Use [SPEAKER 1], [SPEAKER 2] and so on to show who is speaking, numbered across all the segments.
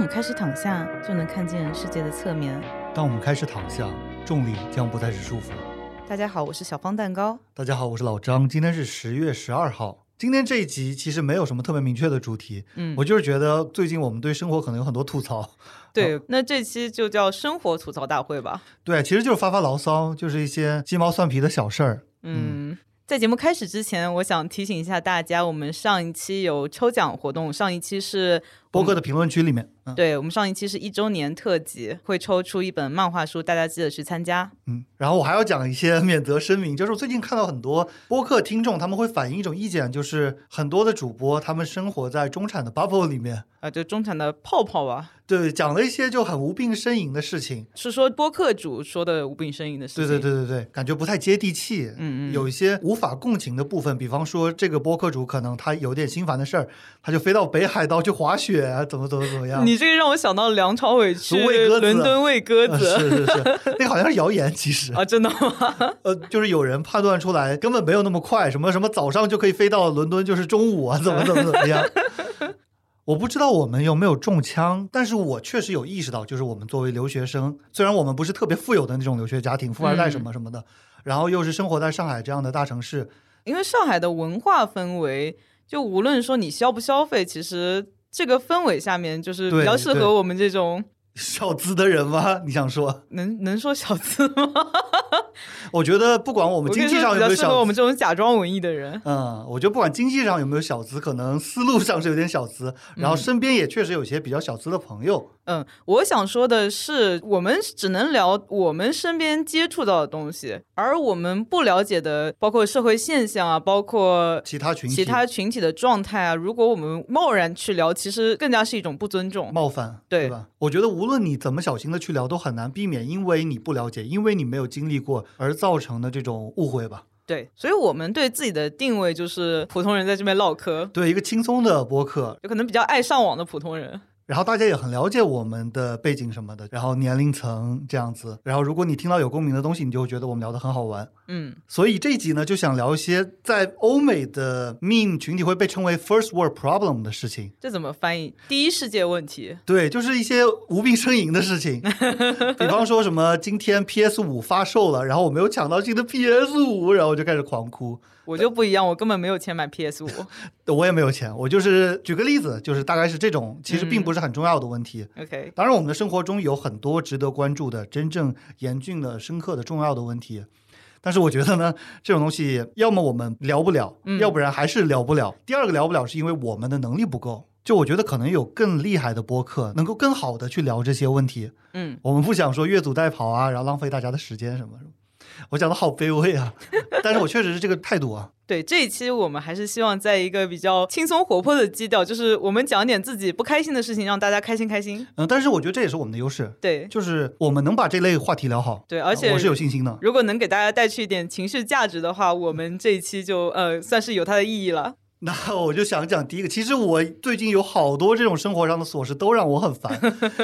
[SPEAKER 1] 你开始躺下，就能看见世界的侧面。
[SPEAKER 2] 当我们开始躺下，重力将不再是束缚。
[SPEAKER 1] 大家好，我是小方蛋糕。
[SPEAKER 2] 大家好，我是老张，今天是十月十二号。今天这一集其实没有什么特别明确的主题，
[SPEAKER 1] 嗯
[SPEAKER 2] 我就是觉得最近我们对生活可能有很多吐槽，
[SPEAKER 3] 对，那这期就叫生活吐槽大会吧。
[SPEAKER 2] 对，其实就是发发牢骚，就是一些鸡毛蒜皮的小事儿。
[SPEAKER 3] 嗯，在节目开始之前，我想提醒一下大家，我们上一期有抽奖活动，上一期是
[SPEAKER 2] 博客的评论区里面，嗯
[SPEAKER 3] 对我们上一期是一周年特辑，会抽出一本漫画书，大家记得去参加。
[SPEAKER 2] 嗯，然后我还要讲一些 免责声明，就是我最近看到很多播客听众他们会反映一种意见，就是很多的主播他们生活在中产的 bubble 里面，
[SPEAKER 3] 啊，就中产的泡泡吧，
[SPEAKER 2] 对，讲了一些就很无病呻吟的事情，
[SPEAKER 3] 是说播客主说的无病呻吟的事
[SPEAKER 2] 对
[SPEAKER 3] 情。
[SPEAKER 2] 对，对对对，感觉不太接地气。
[SPEAKER 3] 嗯嗯
[SPEAKER 2] 有一些无法共情的部分，比方说这个播客主可能他有点心烦的事儿，他就飞到北海道去滑雪啊，怎么怎么怎么样。
[SPEAKER 3] 你这个让我想到梁朝伟去
[SPEAKER 2] 喂鸽子
[SPEAKER 3] 伦敦喂鸽
[SPEAKER 2] 呃
[SPEAKER 3] 子
[SPEAKER 2] 是是是，那个好像是谣言，其实
[SPEAKER 3] 啊，真的吗？
[SPEAKER 2] 呃，就是有人判断出来根本没有那么快，什么什么早上就可以飞到伦敦，就是中午啊，怎么怎么怎么样。 我不知道我们有没有中枪，但是我确实有意识到，就是我们作为留学生，虽然我们不是特别富有的那种留学家庭，富二
[SPEAKER 3] 嗯
[SPEAKER 2] 代什么什么的，然后又是生活在上海这样的大城市，
[SPEAKER 3] 因为上海的文化氛围，就无论说你消不消费，其实这个氛围下面就是
[SPEAKER 2] 对
[SPEAKER 3] 比较适
[SPEAKER 2] 对
[SPEAKER 3] 合我们这种
[SPEAKER 2] 小资的人吗？ 你想说？
[SPEAKER 3] 能能说小资吗？
[SPEAKER 2] 我觉得不管我们
[SPEAKER 3] 我
[SPEAKER 2] 经
[SPEAKER 3] 跟你
[SPEAKER 2] 济
[SPEAKER 3] 说，
[SPEAKER 2] 上
[SPEAKER 3] 比
[SPEAKER 2] 有没
[SPEAKER 3] 较适
[SPEAKER 2] 有
[SPEAKER 3] 合我
[SPEAKER 2] 小
[SPEAKER 3] 们
[SPEAKER 2] 资，
[SPEAKER 3] 这种假装文艺的人。
[SPEAKER 2] 嗯，我觉得不管经济上有没有小资，可能思路上是有点小资，然后身边也确实有些比较小资的朋友。
[SPEAKER 3] 嗯，我想说的是，我们只能聊我们身边接触到的东西，而我们不了解的，包括社会现象啊，包括
[SPEAKER 2] 其他群体
[SPEAKER 3] 其他群体的状态啊，如果我们贸然去聊，其实更加是一种不尊重。
[SPEAKER 2] 冒犯，
[SPEAKER 3] 对
[SPEAKER 2] 吧？我觉得无论你怎么小心的去聊，都很难避免，因为你不了解，因为你没有经历过而造成的这种误会吧。
[SPEAKER 3] 对，所以我们对自己的定位就是普通人在这边唠嗑，
[SPEAKER 2] 对，一个轻松的播客，
[SPEAKER 3] 就可能比较爱上网的普通人。
[SPEAKER 2] 然后大家也很了解我们的背景什么的，然后年龄层这样子，然后如果你听到有共鸣的东西，你就会觉得我们聊得很好玩。
[SPEAKER 3] 嗯，
[SPEAKER 2] 所以这一集呢，就想聊一些在欧美的 meme 群体会被称为 first world problem 的事情。
[SPEAKER 3] 这怎么翻译？第一世界问题。
[SPEAKER 2] 对，就是一些无病呻吟的事情，比方说什么今天 PS 五发售了，然后我没有抢到新的 PS 五，然后我就开始狂哭。
[SPEAKER 3] 我就不一样，我根本没有钱买 PS 五。
[SPEAKER 2] 我也没有钱，我就是举个例子，就是大概是这种，其实并不是很重要的问题。
[SPEAKER 3] OK，
[SPEAKER 2] 当然，我们的生活中有很多值得关注的、真正严峻的、深刻的、重要的问题。但是我觉得呢， 这种东西要么我们聊不了，
[SPEAKER 3] 嗯
[SPEAKER 2] 要不然还是聊不了。第二个聊不了是因为我们的能力不够。就我觉得可能有更厉害的播客，能够更好的去聊这些问题。
[SPEAKER 3] 嗯，
[SPEAKER 2] 我们不想说越俎代庖啊，然后浪费大家的时间什么什么。我讲的好卑微啊， 但是我确实是这个态度啊。
[SPEAKER 3] 对，这一期我们还是希望在一个比较轻松活泼的基调，就是我们讲点自己不开心的事情，让大家开心开心。
[SPEAKER 2] 嗯，但是我觉得这也是我们的优势，
[SPEAKER 3] 对
[SPEAKER 2] 就是我们能把这类话题聊好。
[SPEAKER 3] 对，而
[SPEAKER 2] 呃
[SPEAKER 3] 且
[SPEAKER 2] 我是有信心的。
[SPEAKER 3] 如果能给大家带去一点情绪价值的话，我们这一期就呃算是有它的意义了。
[SPEAKER 2] 那我就想讲第一个，其实我最近有好多这种生活上的琐事都让我很烦，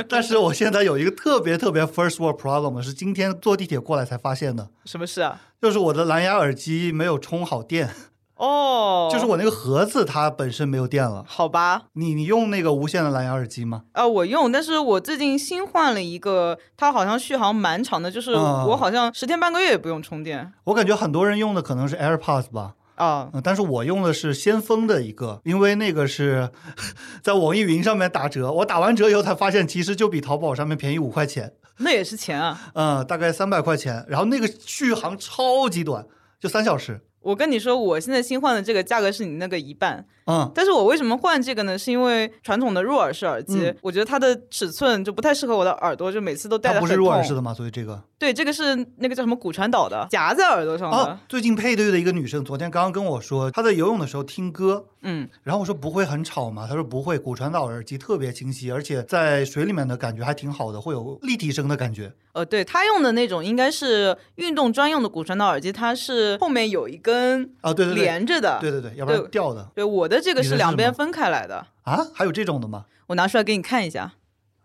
[SPEAKER 2] 但是我现在有一个特别特别 first world problem，是今天坐地铁过来才发现的，
[SPEAKER 3] 什么事啊？
[SPEAKER 2] 就是我的蓝牙耳机没有充好电，
[SPEAKER 3] 哦，
[SPEAKER 2] 就是我那个盒子它本身没有电了。
[SPEAKER 3] 好吧，
[SPEAKER 2] 你你用那个无线的蓝牙耳机吗？
[SPEAKER 3] 啊，我用，但是我最近新换了一个，它好像续航蛮长的，就是
[SPEAKER 2] 啊
[SPEAKER 3] 我好像十天半个月也不用充电
[SPEAKER 2] 我感觉很多人用的可能是 AirPods 吧，
[SPEAKER 3] 啊。
[SPEAKER 2] 嗯，但是我用的是先锋的一个，因为那个是 在网易云上面打折，我打完折以后才发现，其实就比淘宝上面便宜五块钱，
[SPEAKER 3] 那也是钱啊！
[SPEAKER 2] 嗯，大概三百块钱，然后那个续航超级短，就三小时，
[SPEAKER 3] 我跟你说，我现在新换的这个价格是你那个一半，
[SPEAKER 2] 嗯，
[SPEAKER 3] 但是我为什么换这个呢？是因为传统的入耳式耳机，
[SPEAKER 2] 嗯
[SPEAKER 3] 我觉得它的尺寸就不太适合我的耳朵，就每次都戴
[SPEAKER 2] 它
[SPEAKER 3] 的
[SPEAKER 2] 不
[SPEAKER 3] 很
[SPEAKER 2] 是入耳式
[SPEAKER 3] 痛。
[SPEAKER 2] 的嘛，所以这个
[SPEAKER 3] 对，这个是那个叫什么骨传导的，夹在耳朵上的。
[SPEAKER 2] 哦，最近配对的一个女生，昨天刚刚跟我说，她在游泳的时候听歌，
[SPEAKER 3] 嗯，
[SPEAKER 2] 然后我说不会很吵吗？她说不会，骨传导耳机特别清晰，而且在水里面的感觉还挺好的，会有立体声的感觉，
[SPEAKER 3] 呃，对他用的那种应该是运动专用的骨传导耳机，它是后面有一根
[SPEAKER 2] 啊，对对对，
[SPEAKER 3] 连着的。
[SPEAKER 2] 对对对，要不然
[SPEAKER 3] 对
[SPEAKER 2] 掉的
[SPEAKER 3] 对，我的这个
[SPEAKER 2] 你的
[SPEAKER 3] 是
[SPEAKER 2] 是
[SPEAKER 3] 两边
[SPEAKER 2] 什么
[SPEAKER 3] 分开来的，
[SPEAKER 2] 啊，还有这种的吗？
[SPEAKER 3] 我拿出来给你看一下。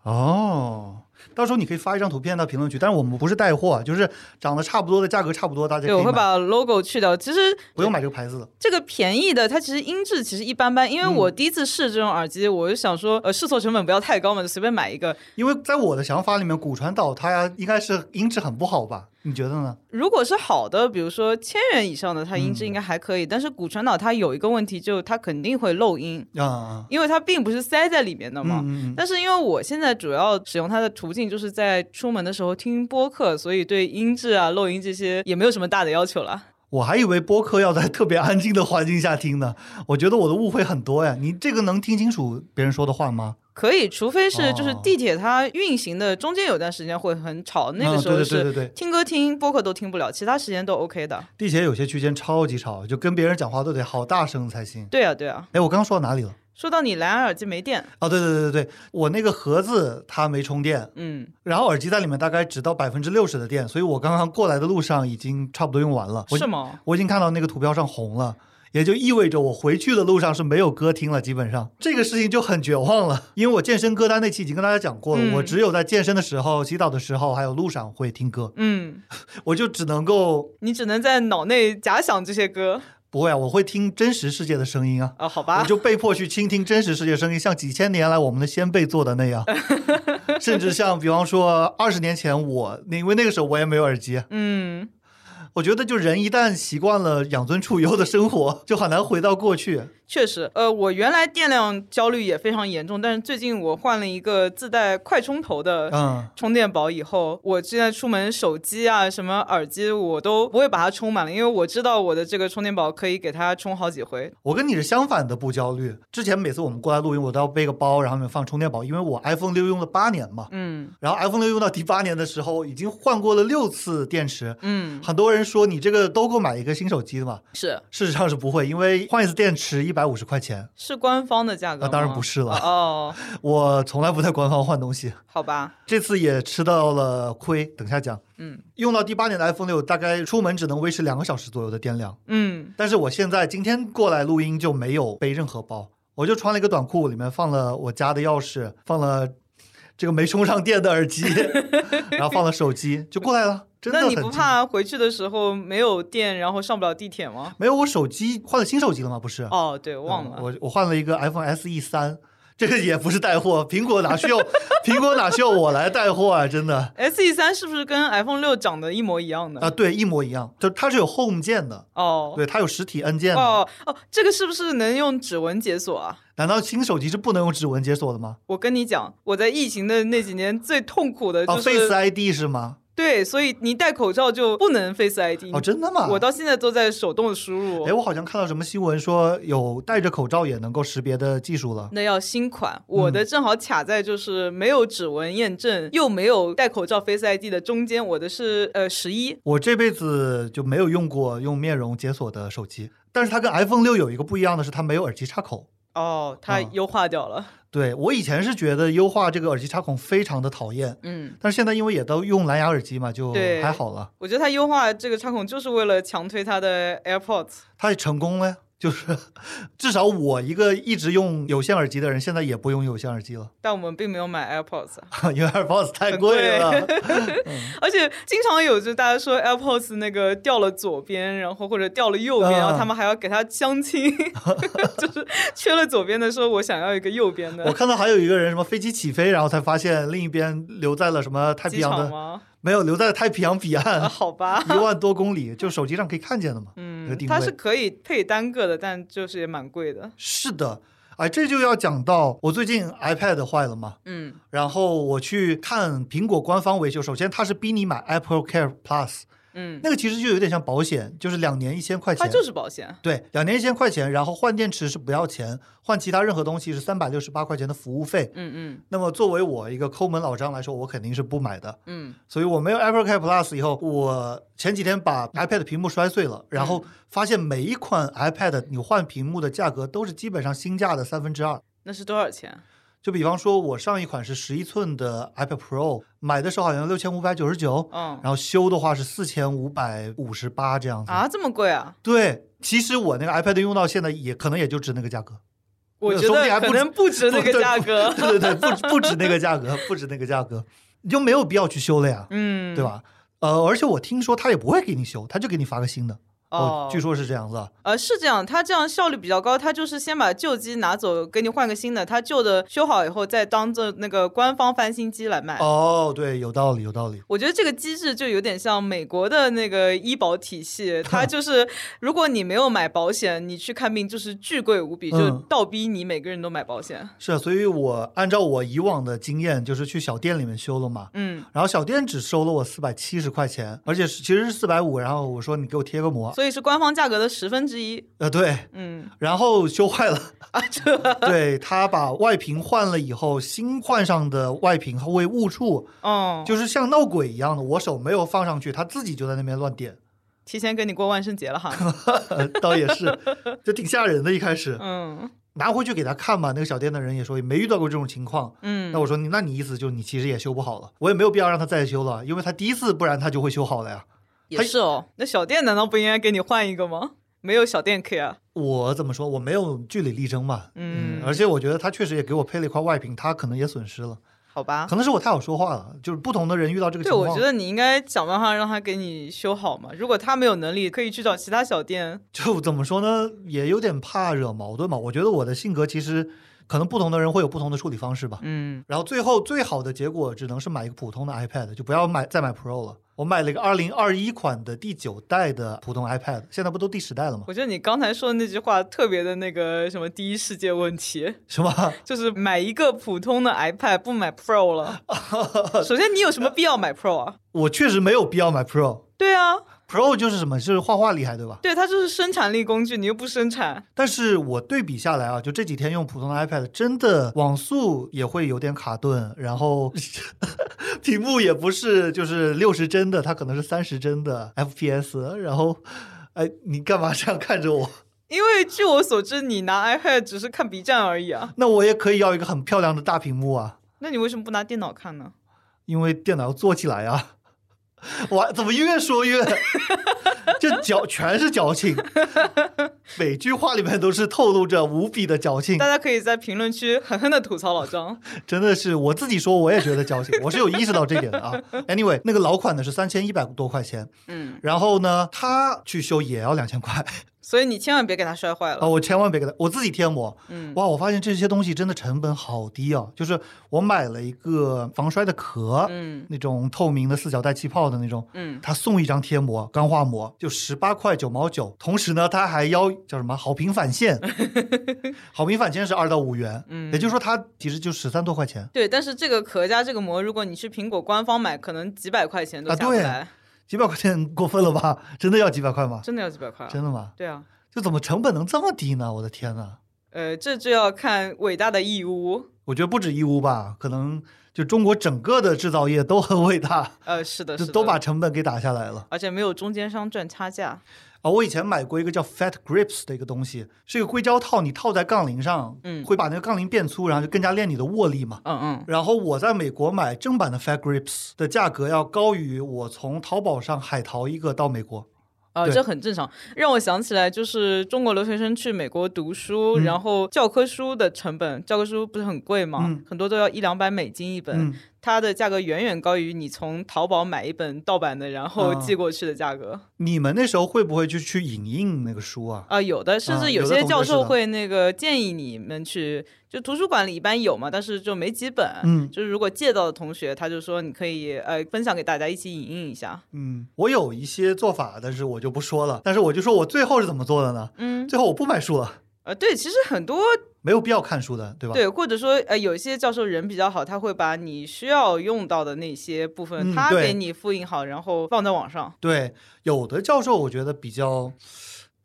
[SPEAKER 2] 哦，到时候你可以发一张图片到评论区，但是我们不是带货，就是长得差不多的价格差不多，大家可
[SPEAKER 3] 对，
[SPEAKER 2] 以
[SPEAKER 3] 我会
[SPEAKER 2] 买，
[SPEAKER 3] 把 logo 去掉。其实
[SPEAKER 2] 不用买这个牌子的。
[SPEAKER 3] 这个便宜的，它其实音质其实一般般，因为
[SPEAKER 2] 嗯
[SPEAKER 3] 我第一次试这种耳机，我就想说，呃，试错成本不要太高嘛，就随便买一个。
[SPEAKER 2] 因为在我的想法里面，骨传导它应该是音质很不好吧？你觉得呢？
[SPEAKER 3] 如果是好的，比如说千元以上的，它音
[SPEAKER 2] 嗯
[SPEAKER 3] 质应该还可以。但是骨传导它有一个问题，就它肯定会漏音，
[SPEAKER 2] 啊、
[SPEAKER 3] 因为它并不是塞在里面的
[SPEAKER 2] 嗯
[SPEAKER 3] 嘛。
[SPEAKER 2] 嗯嗯，
[SPEAKER 3] 但是因为我现在主要使用它的途径就是在出门的时候听播客，所以对音质啊、漏音这些也没有什么大的要求了。
[SPEAKER 2] 我还以为播客要在特别安静的环境下听呢，我觉得我的误会很多呀。你这个能听清楚别人说的话吗？
[SPEAKER 3] 可以，除非是就是
[SPEAKER 2] 哦
[SPEAKER 3] 地铁它运行的中间有段时间会很吵，那个
[SPEAKER 2] 嗯
[SPEAKER 3] 时候
[SPEAKER 2] 对对对
[SPEAKER 3] 是
[SPEAKER 2] 对对，
[SPEAKER 3] 听歌听播客都听不了，其他时间都 OK 的。
[SPEAKER 2] 地铁有些区间超级吵，就跟别人讲话都得好大声才行。
[SPEAKER 3] 对啊，对啊。
[SPEAKER 2] 哎，我刚刚说到哪里了？
[SPEAKER 3] 说到你蓝牙耳机没电，
[SPEAKER 2] 哦，对对对对对，我那个盒子它没充电，
[SPEAKER 3] 嗯，
[SPEAKER 2] 然后耳机在里面大概只到百分之六十的电，所以我刚刚过来的路上已经差不多用完了。我
[SPEAKER 3] 是吗？
[SPEAKER 2] 我已经看到那个图标上红了，也就意味着我回去的路上是没有歌听了，基本上这个事情就很绝望了。因为我健身歌单那期已经跟大家讲过了，
[SPEAKER 3] 嗯
[SPEAKER 2] 我只有在健身的时候、洗澡的时候，还有路上会听歌，
[SPEAKER 3] 嗯，
[SPEAKER 2] 我就只能够
[SPEAKER 3] 你只能在脑内假想这些歌
[SPEAKER 2] 不会啊，我会听真实世界的声音啊。
[SPEAKER 3] 啊、好
[SPEAKER 2] 我
[SPEAKER 3] 吧？
[SPEAKER 2] 就被迫去倾听真实世界声音，像几千年来我们的先辈做的那 样，甚至像比方说二十年前我，因为那个时候我也没有耳机，
[SPEAKER 3] 嗯，
[SPEAKER 2] 我觉得就人一旦习惯了养尊处优的生活，就很难回到过去。
[SPEAKER 3] 确实，呃，我原来电量焦虑也非常严重，但是最近我换了一个自带快充头的
[SPEAKER 2] 嗯，
[SPEAKER 3] 充电宝以后，我现在出门手机啊、什么耳机我都不会把它充满了，因为我知道我的这个充电宝可以给它充好几回。
[SPEAKER 2] 我跟你是相反的不焦虑。之前每次我们过来录音，我都要背个包，然后里面放充电宝，因为我 iPhone 六用了八年嘛，
[SPEAKER 3] 嗯
[SPEAKER 2] 然后 iPhone 六用到第八年的时候，已经换过了六次电池。
[SPEAKER 3] 嗯，
[SPEAKER 2] 很多人说你这个都够买一个新手机的嘛，
[SPEAKER 3] 是
[SPEAKER 2] 事实上是不会，因为换一次电池一百五十块钱。
[SPEAKER 3] 是官方的价格
[SPEAKER 2] 那
[SPEAKER 3] 吗？
[SPEAKER 2] 啊当然不是了
[SPEAKER 3] 哦，
[SPEAKER 2] 我从来不在官方换东西，
[SPEAKER 3] 好吧，
[SPEAKER 2] 这次也吃到了亏，等下讲。
[SPEAKER 3] 嗯
[SPEAKER 2] 用到第八年的 iPhone 六，大概出门只能维持两个小时左右的电量。
[SPEAKER 3] 嗯
[SPEAKER 2] 但是我现在今天过来录音就没有背任何包，我就穿了一个短裤，里面放了我家的钥匙，放了这个没充上电的 耳机，然后放了手机，就过来了。真的
[SPEAKER 3] 那
[SPEAKER 2] 很
[SPEAKER 3] 你不
[SPEAKER 2] 近？
[SPEAKER 3] 怕回去的时候没有电，然后上不了地铁吗？
[SPEAKER 2] 没有，我手机换了新手机了吗？不是，
[SPEAKER 3] 哦，对，忘
[SPEAKER 2] 嗯
[SPEAKER 3] 了。
[SPEAKER 2] 我我换了一个 iPhone SE 三，这个也不是带货，苹果哪需要 苹果哪需要我来带货啊？真的
[SPEAKER 3] S E 三是不是跟 iPhone 六长得一模一样的？
[SPEAKER 2] 啊，对，一模一样，就它是有 Home 键的，
[SPEAKER 3] 哦，
[SPEAKER 2] 对，它有实体按键的。
[SPEAKER 3] 哦哦，这个是不是能用指纹解锁啊？
[SPEAKER 2] 难道新手机是不能用指纹解锁的吗？
[SPEAKER 3] 我跟你讲，我在疫情的那几年最痛苦的
[SPEAKER 2] 啊
[SPEAKER 3] 就是、
[SPEAKER 2] ，Face ID 是吗？
[SPEAKER 3] 对，所以你戴口罩就不能 Face ID。
[SPEAKER 2] 哦，真的吗？
[SPEAKER 3] 我到现在都在手动输入。
[SPEAKER 2] 哎，我好像看到什么新闻说有戴着口罩也能够识别的技术了。
[SPEAKER 3] 那要新
[SPEAKER 2] 嗯
[SPEAKER 3] 款，我的正好卡在就是没有指纹验证，又没有戴口罩 Face ID 的中间，我的是呃十一，
[SPEAKER 2] 我这辈子就没有用过用面容解锁的手机，但是它跟 iPhone 六有一个不一样的是，它没有耳机插孔。
[SPEAKER 3] 哦，它
[SPEAKER 2] 哦
[SPEAKER 3] 优化掉了，
[SPEAKER 2] 对我以前是觉得优化这个耳机插孔非常的讨厌，
[SPEAKER 3] 嗯。
[SPEAKER 2] 但是现在因为也都用蓝牙耳机嘛，就
[SPEAKER 3] 对
[SPEAKER 2] 还好了。
[SPEAKER 3] 我觉得它优化这个插孔就是为了强推它的 AirPods。
[SPEAKER 2] 它也成功了呀，就是 至少我一个一直用有线耳机的人，现在也不用有线耳机了，
[SPEAKER 3] 但我们并没有买 AirPods，
[SPEAKER 2] 因为 AirPods 太
[SPEAKER 3] 很
[SPEAKER 2] 贵了。
[SPEAKER 3] 而且经常有就大家说 AirPods 那个掉了左边，然后或者掉了右边，
[SPEAKER 2] 啊
[SPEAKER 3] 然后他们还要给它相亲， 就是缺了左边的说我想要一个右边
[SPEAKER 2] 我
[SPEAKER 3] 的，
[SPEAKER 2] 看到还有一个人什么飞机起飞，然后才发现另一边留在了什么太平
[SPEAKER 3] 机
[SPEAKER 2] 洋
[SPEAKER 3] 场
[SPEAKER 2] 的，
[SPEAKER 3] 吗？
[SPEAKER 2] 没有留在太平洋彼
[SPEAKER 3] 啊，
[SPEAKER 2] 岸
[SPEAKER 3] 好吧，
[SPEAKER 2] 一万多公里，就手机上可以看见的嘛。这个
[SPEAKER 3] 嗯，
[SPEAKER 2] 定
[SPEAKER 3] 它是
[SPEAKER 2] 位
[SPEAKER 3] 可以配单个的，但就是也蛮贵的。
[SPEAKER 2] 是的，哎，这就要讲到我最近 iPad 坏了嘛，
[SPEAKER 3] 嗯，
[SPEAKER 2] 然后我去看苹果官方维修，首先它是逼你买 Apple Care Plus，
[SPEAKER 3] 嗯，
[SPEAKER 2] 那个其实就有点像保险，就是两年一千块
[SPEAKER 3] 它
[SPEAKER 2] 钱。
[SPEAKER 3] 就是保险。
[SPEAKER 2] 对，两年一千块钱，然后换电池是不要钱，换其他任何东西是三百六十八块钱的服务费。
[SPEAKER 3] 嗯嗯
[SPEAKER 2] 那么作为我一个抠门老张来说，我肯定是不买的。
[SPEAKER 3] 嗯，
[SPEAKER 2] 所以我没有 Apple Care Plus 以后，我前几天把 iPad 屏幕摔碎了，然后
[SPEAKER 3] 嗯
[SPEAKER 2] 发现每一款 iPad 你换屏幕的价格都是基本上新价的三分之二。
[SPEAKER 3] 那是多少钱？
[SPEAKER 2] 就比方说，我上一款是十一寸的 iPad Pro，买的时候好像六千五百九十九，
[SPEAKER 3] 嗯
[SPEAKER 2] 然后修的话是四千五百五十八这样子。
[SPEAKER 3] 啊，这么贵啊？
[SPEAKER 2] 对，其实我那个 iPad 用到现在也可能也就值那个价格。
[SPEAKER 3] 我
[SPEAKER 2] 那
[SPEAKER 3] 觉
[SPEAKER 2] 说不定
[SPEAKER 3] 得
[SPEAKER 2] 还不
[SPEAKER 3] 可
[SPEAKER 2] 止
[SPEAKER 3] 能不值那
[SPEAKER 2] 对
[SPEAKER 3] 个价格。
[SPEAKER 2] 对对对，不不止那个价格，不止那个价格。你就没有必要去修了呀，
[SPEAKER 3] 嗯，
[SPEAKER 2] 对？吧？呃，而且我听说他也不会给你修，他就给你发个新的。
[SPEAKER 3] 哦，
[SPEAKER 2] 据说是这样子啊。
[SPEAKER 3] 呃是这样，它这样效率比较高，它就是先把旧机拿走，给你换个新的，它旧的修好以后再当做那个官方翻新机来卖。
[SPEAKER 2] 哦，对，有道理，有道理。
[SPEAKER 3] 我觉得这个机制就有点像美国的那个医保体系， 它就是如果你没有买保险，你去看病就是巨贵无比，就
[SPEAKER 2] 嗯
[SPEAKER 3] 倒逼你每个人都买保险。
[SPEAKER 2] 是啊，所以我按照我以往的经验，就是去小店里面修了嘛。
[SPEAKER 3] 嗯，
[SPEAKER 2] 然后小店只收了我四百七十块钱，而且是其实是四百五。然后我说你给我贴个膜，
[SPEAKER 3] 所以是官方价格的十分之一。
[SPEAKER 2] 呃，对，
[SPEAKER 3] 嗯
[SPEAKER 2] 然后修坏了。
[SPEAKER 3] 啊，这
[SPEAKER 2] 对他把外屏换了以后，新换上的外屏会误触，
[SPEAKER 3] 哦，
[SPEAKER 2] 就是像闹鬼一样的，我手没有放上去，他自己就在那边乱点，
[SPEAKER 3] 提前跟你过万圣节了哈。
[SPEAKER 2] 呃倒也是，就挺吓人的。一开始
[SPEAKER 3] 嗯
[SPEAKER 2] 拿回去给他看吧，那个小店的人也说也没遇到过这种情况。
[SPEAKER 3] 嗯，
[SPEAKER 2] 那我说你，那你意思就是你其实也修不好了，我也没有必要让他再修了，因为他第一次，不然他就会修好了呀。
[SPEAKER 3] 也是哦。那小店难道不应该给你换一个吗？没有小店啊 care。
[SPEAKER 2] 我怎么说？我没有据理力争嘛，
[SPEAKER 3] 嗯
[SPEAKER 2] 而且我觉得他确实也给我配了一块外屏，他可能也损失了，
[SPEAKER 3] 好吧。
[SPEAKER 2] 可能是我太好说话了，就是不同的人遇到这个情
[SPEAKER 3] 啊对，
[SPEAKER 2] 况，
[SPEAKER 3] 我觉得你应该想办法让他给你修好嘛。如果他没有能力，可以去找其他小店。
[SPEAKER 2] 就怎么说呢，也有点怕惹矛盾嘛。我觉得我的性格其实可能不同的人会有不同的处理方式吧。
[SPEAKER 3] 嗯，
[SPEAKER 2] 然后最后最好的结果只能是买一个普通的 iPad，就不要买再买 Pro 了。我买了一个二零二一款的第九代的普通 iPad，现在不都第十代了吗？
[SPEAKER 3] 我觉得你刚才说的那句话特别的那个什么第一世界问题，
[SPEAKER 2] 是吧？
[SPEAKER 3] 就是买一个普通的 iPad 不买 Pro 了。首先，你有什么必要买 Pro 啊？
[SPEAKER 2] 我确实没有必要买 Pro。
[SPEAKER 3] 对啊，
[SPEAKER 2] Pro 就是什么？就是画画厉害，对吧？
[SPEAKER 3] 对，它就是生产力工具，你又不生产。
[SPEAKER 2] 但是我对比下来啊，就这几天用普通的 iPad，真的网速也会有点卡顿，然后 题目也不是就是六十帧的，它可能是三十帧的 FPS，然后。哎，你干嘛这样看着我？
[SPEAKER 3] 因为据我所知，你拿 iPad 只是看 B 站而已啊，
[SPEAKER 2] 那我也可以要一个很漂亮的大屏幕啊，
[SPEAKER 3] 那你为什么不拿电脑看呢？
[SPEAKER 2] 因为电脑要做起来啊。 哇，怎么越 说越这矫全是矫情，每句话里面都是透露着无比的矫情
[SPEAKER 3] 大。家可以在评论区狠狠的吐槽老张。
[SPEAKER 2] 真的是我自己说，我也觉得 矫情，我是有意识到这点的啊。Anyway，那个老款的是三千一百多块钱，
[SPEAKER 3] 嗯，
[SPEAKER 2] 然后呢，他去修也要两千块
[SPEAKER 3] 所以你千万别给它摔坏
[SPEAKER 2] 啊，
[SPEAKER 3] 了。
[SPEAKER 2] 我千万别给他，我自己贴膜。
[SPEAKER 3] 嗯，
[SPEAKER 2] 哇，我发现这些东西真的成本好低啊！就是我买了一个防摔的壳，
[SPEAKER 3] 嗯
[SPEAKER 2] 那种透明的四角带气泡的那种，
[SPEAKER 3] 嗯，
[SPEAKER 2] 他送一张贴膜，钢化膜，就十八块九毛九。同时呢，他还要叫什么好评 返现，好评返现是二到五元，
[SPEAKER 3] 嗯
[SPEAKER 2] 也就是说它其实就十三多块钱。
[SPEAKER 3] 对，但是这个壳加这个膜，如果你去苹果官方买，可能几百块钱都
[SPEAKER 2] 啊
[SPEAKER 3] 下不
[SPEAKER 2] 对
[SPEAKER 3] 来，
[SPEAKER 2] 几百块钱过分了吧？真的要几百块吗？
[SPEAKER 3] 真的要几百块、啊。
[SPEAKER 2] 真的吗？
[SPEAKER 3] 对啊，
[SPEAKER 2] 就怎么成本能这么低呢？我的天呐！
[SPEAKER 3] 呃，这就要看伟大的义乌。
[SPEAKER 2] 我觉得不止义乌吧，可能就中国整个的制造业都很伟大，
[SPEAKER 3] 呃，是的，
[SPEAKER 2] 就是
[SPEAKER 3] 的，
[SPEAKER 2] 都把，成本给打下来了
[SPEAKER 3] 而且没有中间商赚差价。
[SPEAKER 2] 啊！我以前买过一个叫 Fat Grips 的一个东西，是一个硅胶套，你套在杠铃上，
[SPEAKER 3] 嗯
[SPEAKER 2] 会把那个杠铃变粗，然后就更加练你的握力嘛。
[SPEAKER 3] 嗯嗯，
[SPEAKER 2] 然后我在美国买正版的 Fat Grips 的价格要高于我从淘宝上海淘一个到美国，
[SPEAKER 3] 啊，
[SPEAKER 2] 对
[SPEAKER 3] 这很正常。让我想起来，就是中国留学生去美国读
[SPEAKER 2] 嗯
[SPEAKER 3] 书，然后教科书的成本，教科书不是很贵嘛，
[SPEAKER 2] 嗯
[SPEAKER 3] 很多都要一两百美金一本，
[SPEAKER 2] 嗯，
[SPEAKER 3] 它的价格远远高于你从淘宝买一本盗版的，然后
[SPEAKER 2] 啊
[SPEAKER 3] 寄过去的价格。
[SPEAKER 2] 你们那时候会不会就去影印那个书啊？
[SPEAKER 3] 啊，有的，甚
[SPEAKER 2] 啊
[SPEAKER 3] 至
[SPEAKER 2] 有的
[SPEAKER 3] 些
[SPEAKER 2] 同
[SPEAKER 3] 教
[SPEAKER 2] 学是
[SPEAKER 3] 授
[SPEAKER 2] 的
[SPEAKER 3] 会那个建议你们去，就图书馆里一般有嘛，但是就没几本。
[SPEAKER 2] 嗯
[SPEAKER 3] 就是如果借到的同学，他就说你可以呃分享给大家一起影印一下。
[SPEAKER 2] 嗯，我有一些做法，但是我就不说了。但是我就说我最后是怎么做的呢？
[SPEAKER 3] 嗯，
[SPEAKER 2] 最后我不买书了，
[SPEAKER 3] 呃，对，其实很多
[SPEAKER 2] 没有必要看书的，对吧？
[SPEAKER 3] 对，或者说呃有一些教授人比较好，他会把你需要用到的那些部分，
[SPEAKER 2] 嗯
[SPEAKER 3] 他给
[SPEAKER 2] 对
[SPEAKER 3] 你复印好，然后放在网上。
[SPEAKER 2] 对有的教授我觉得比较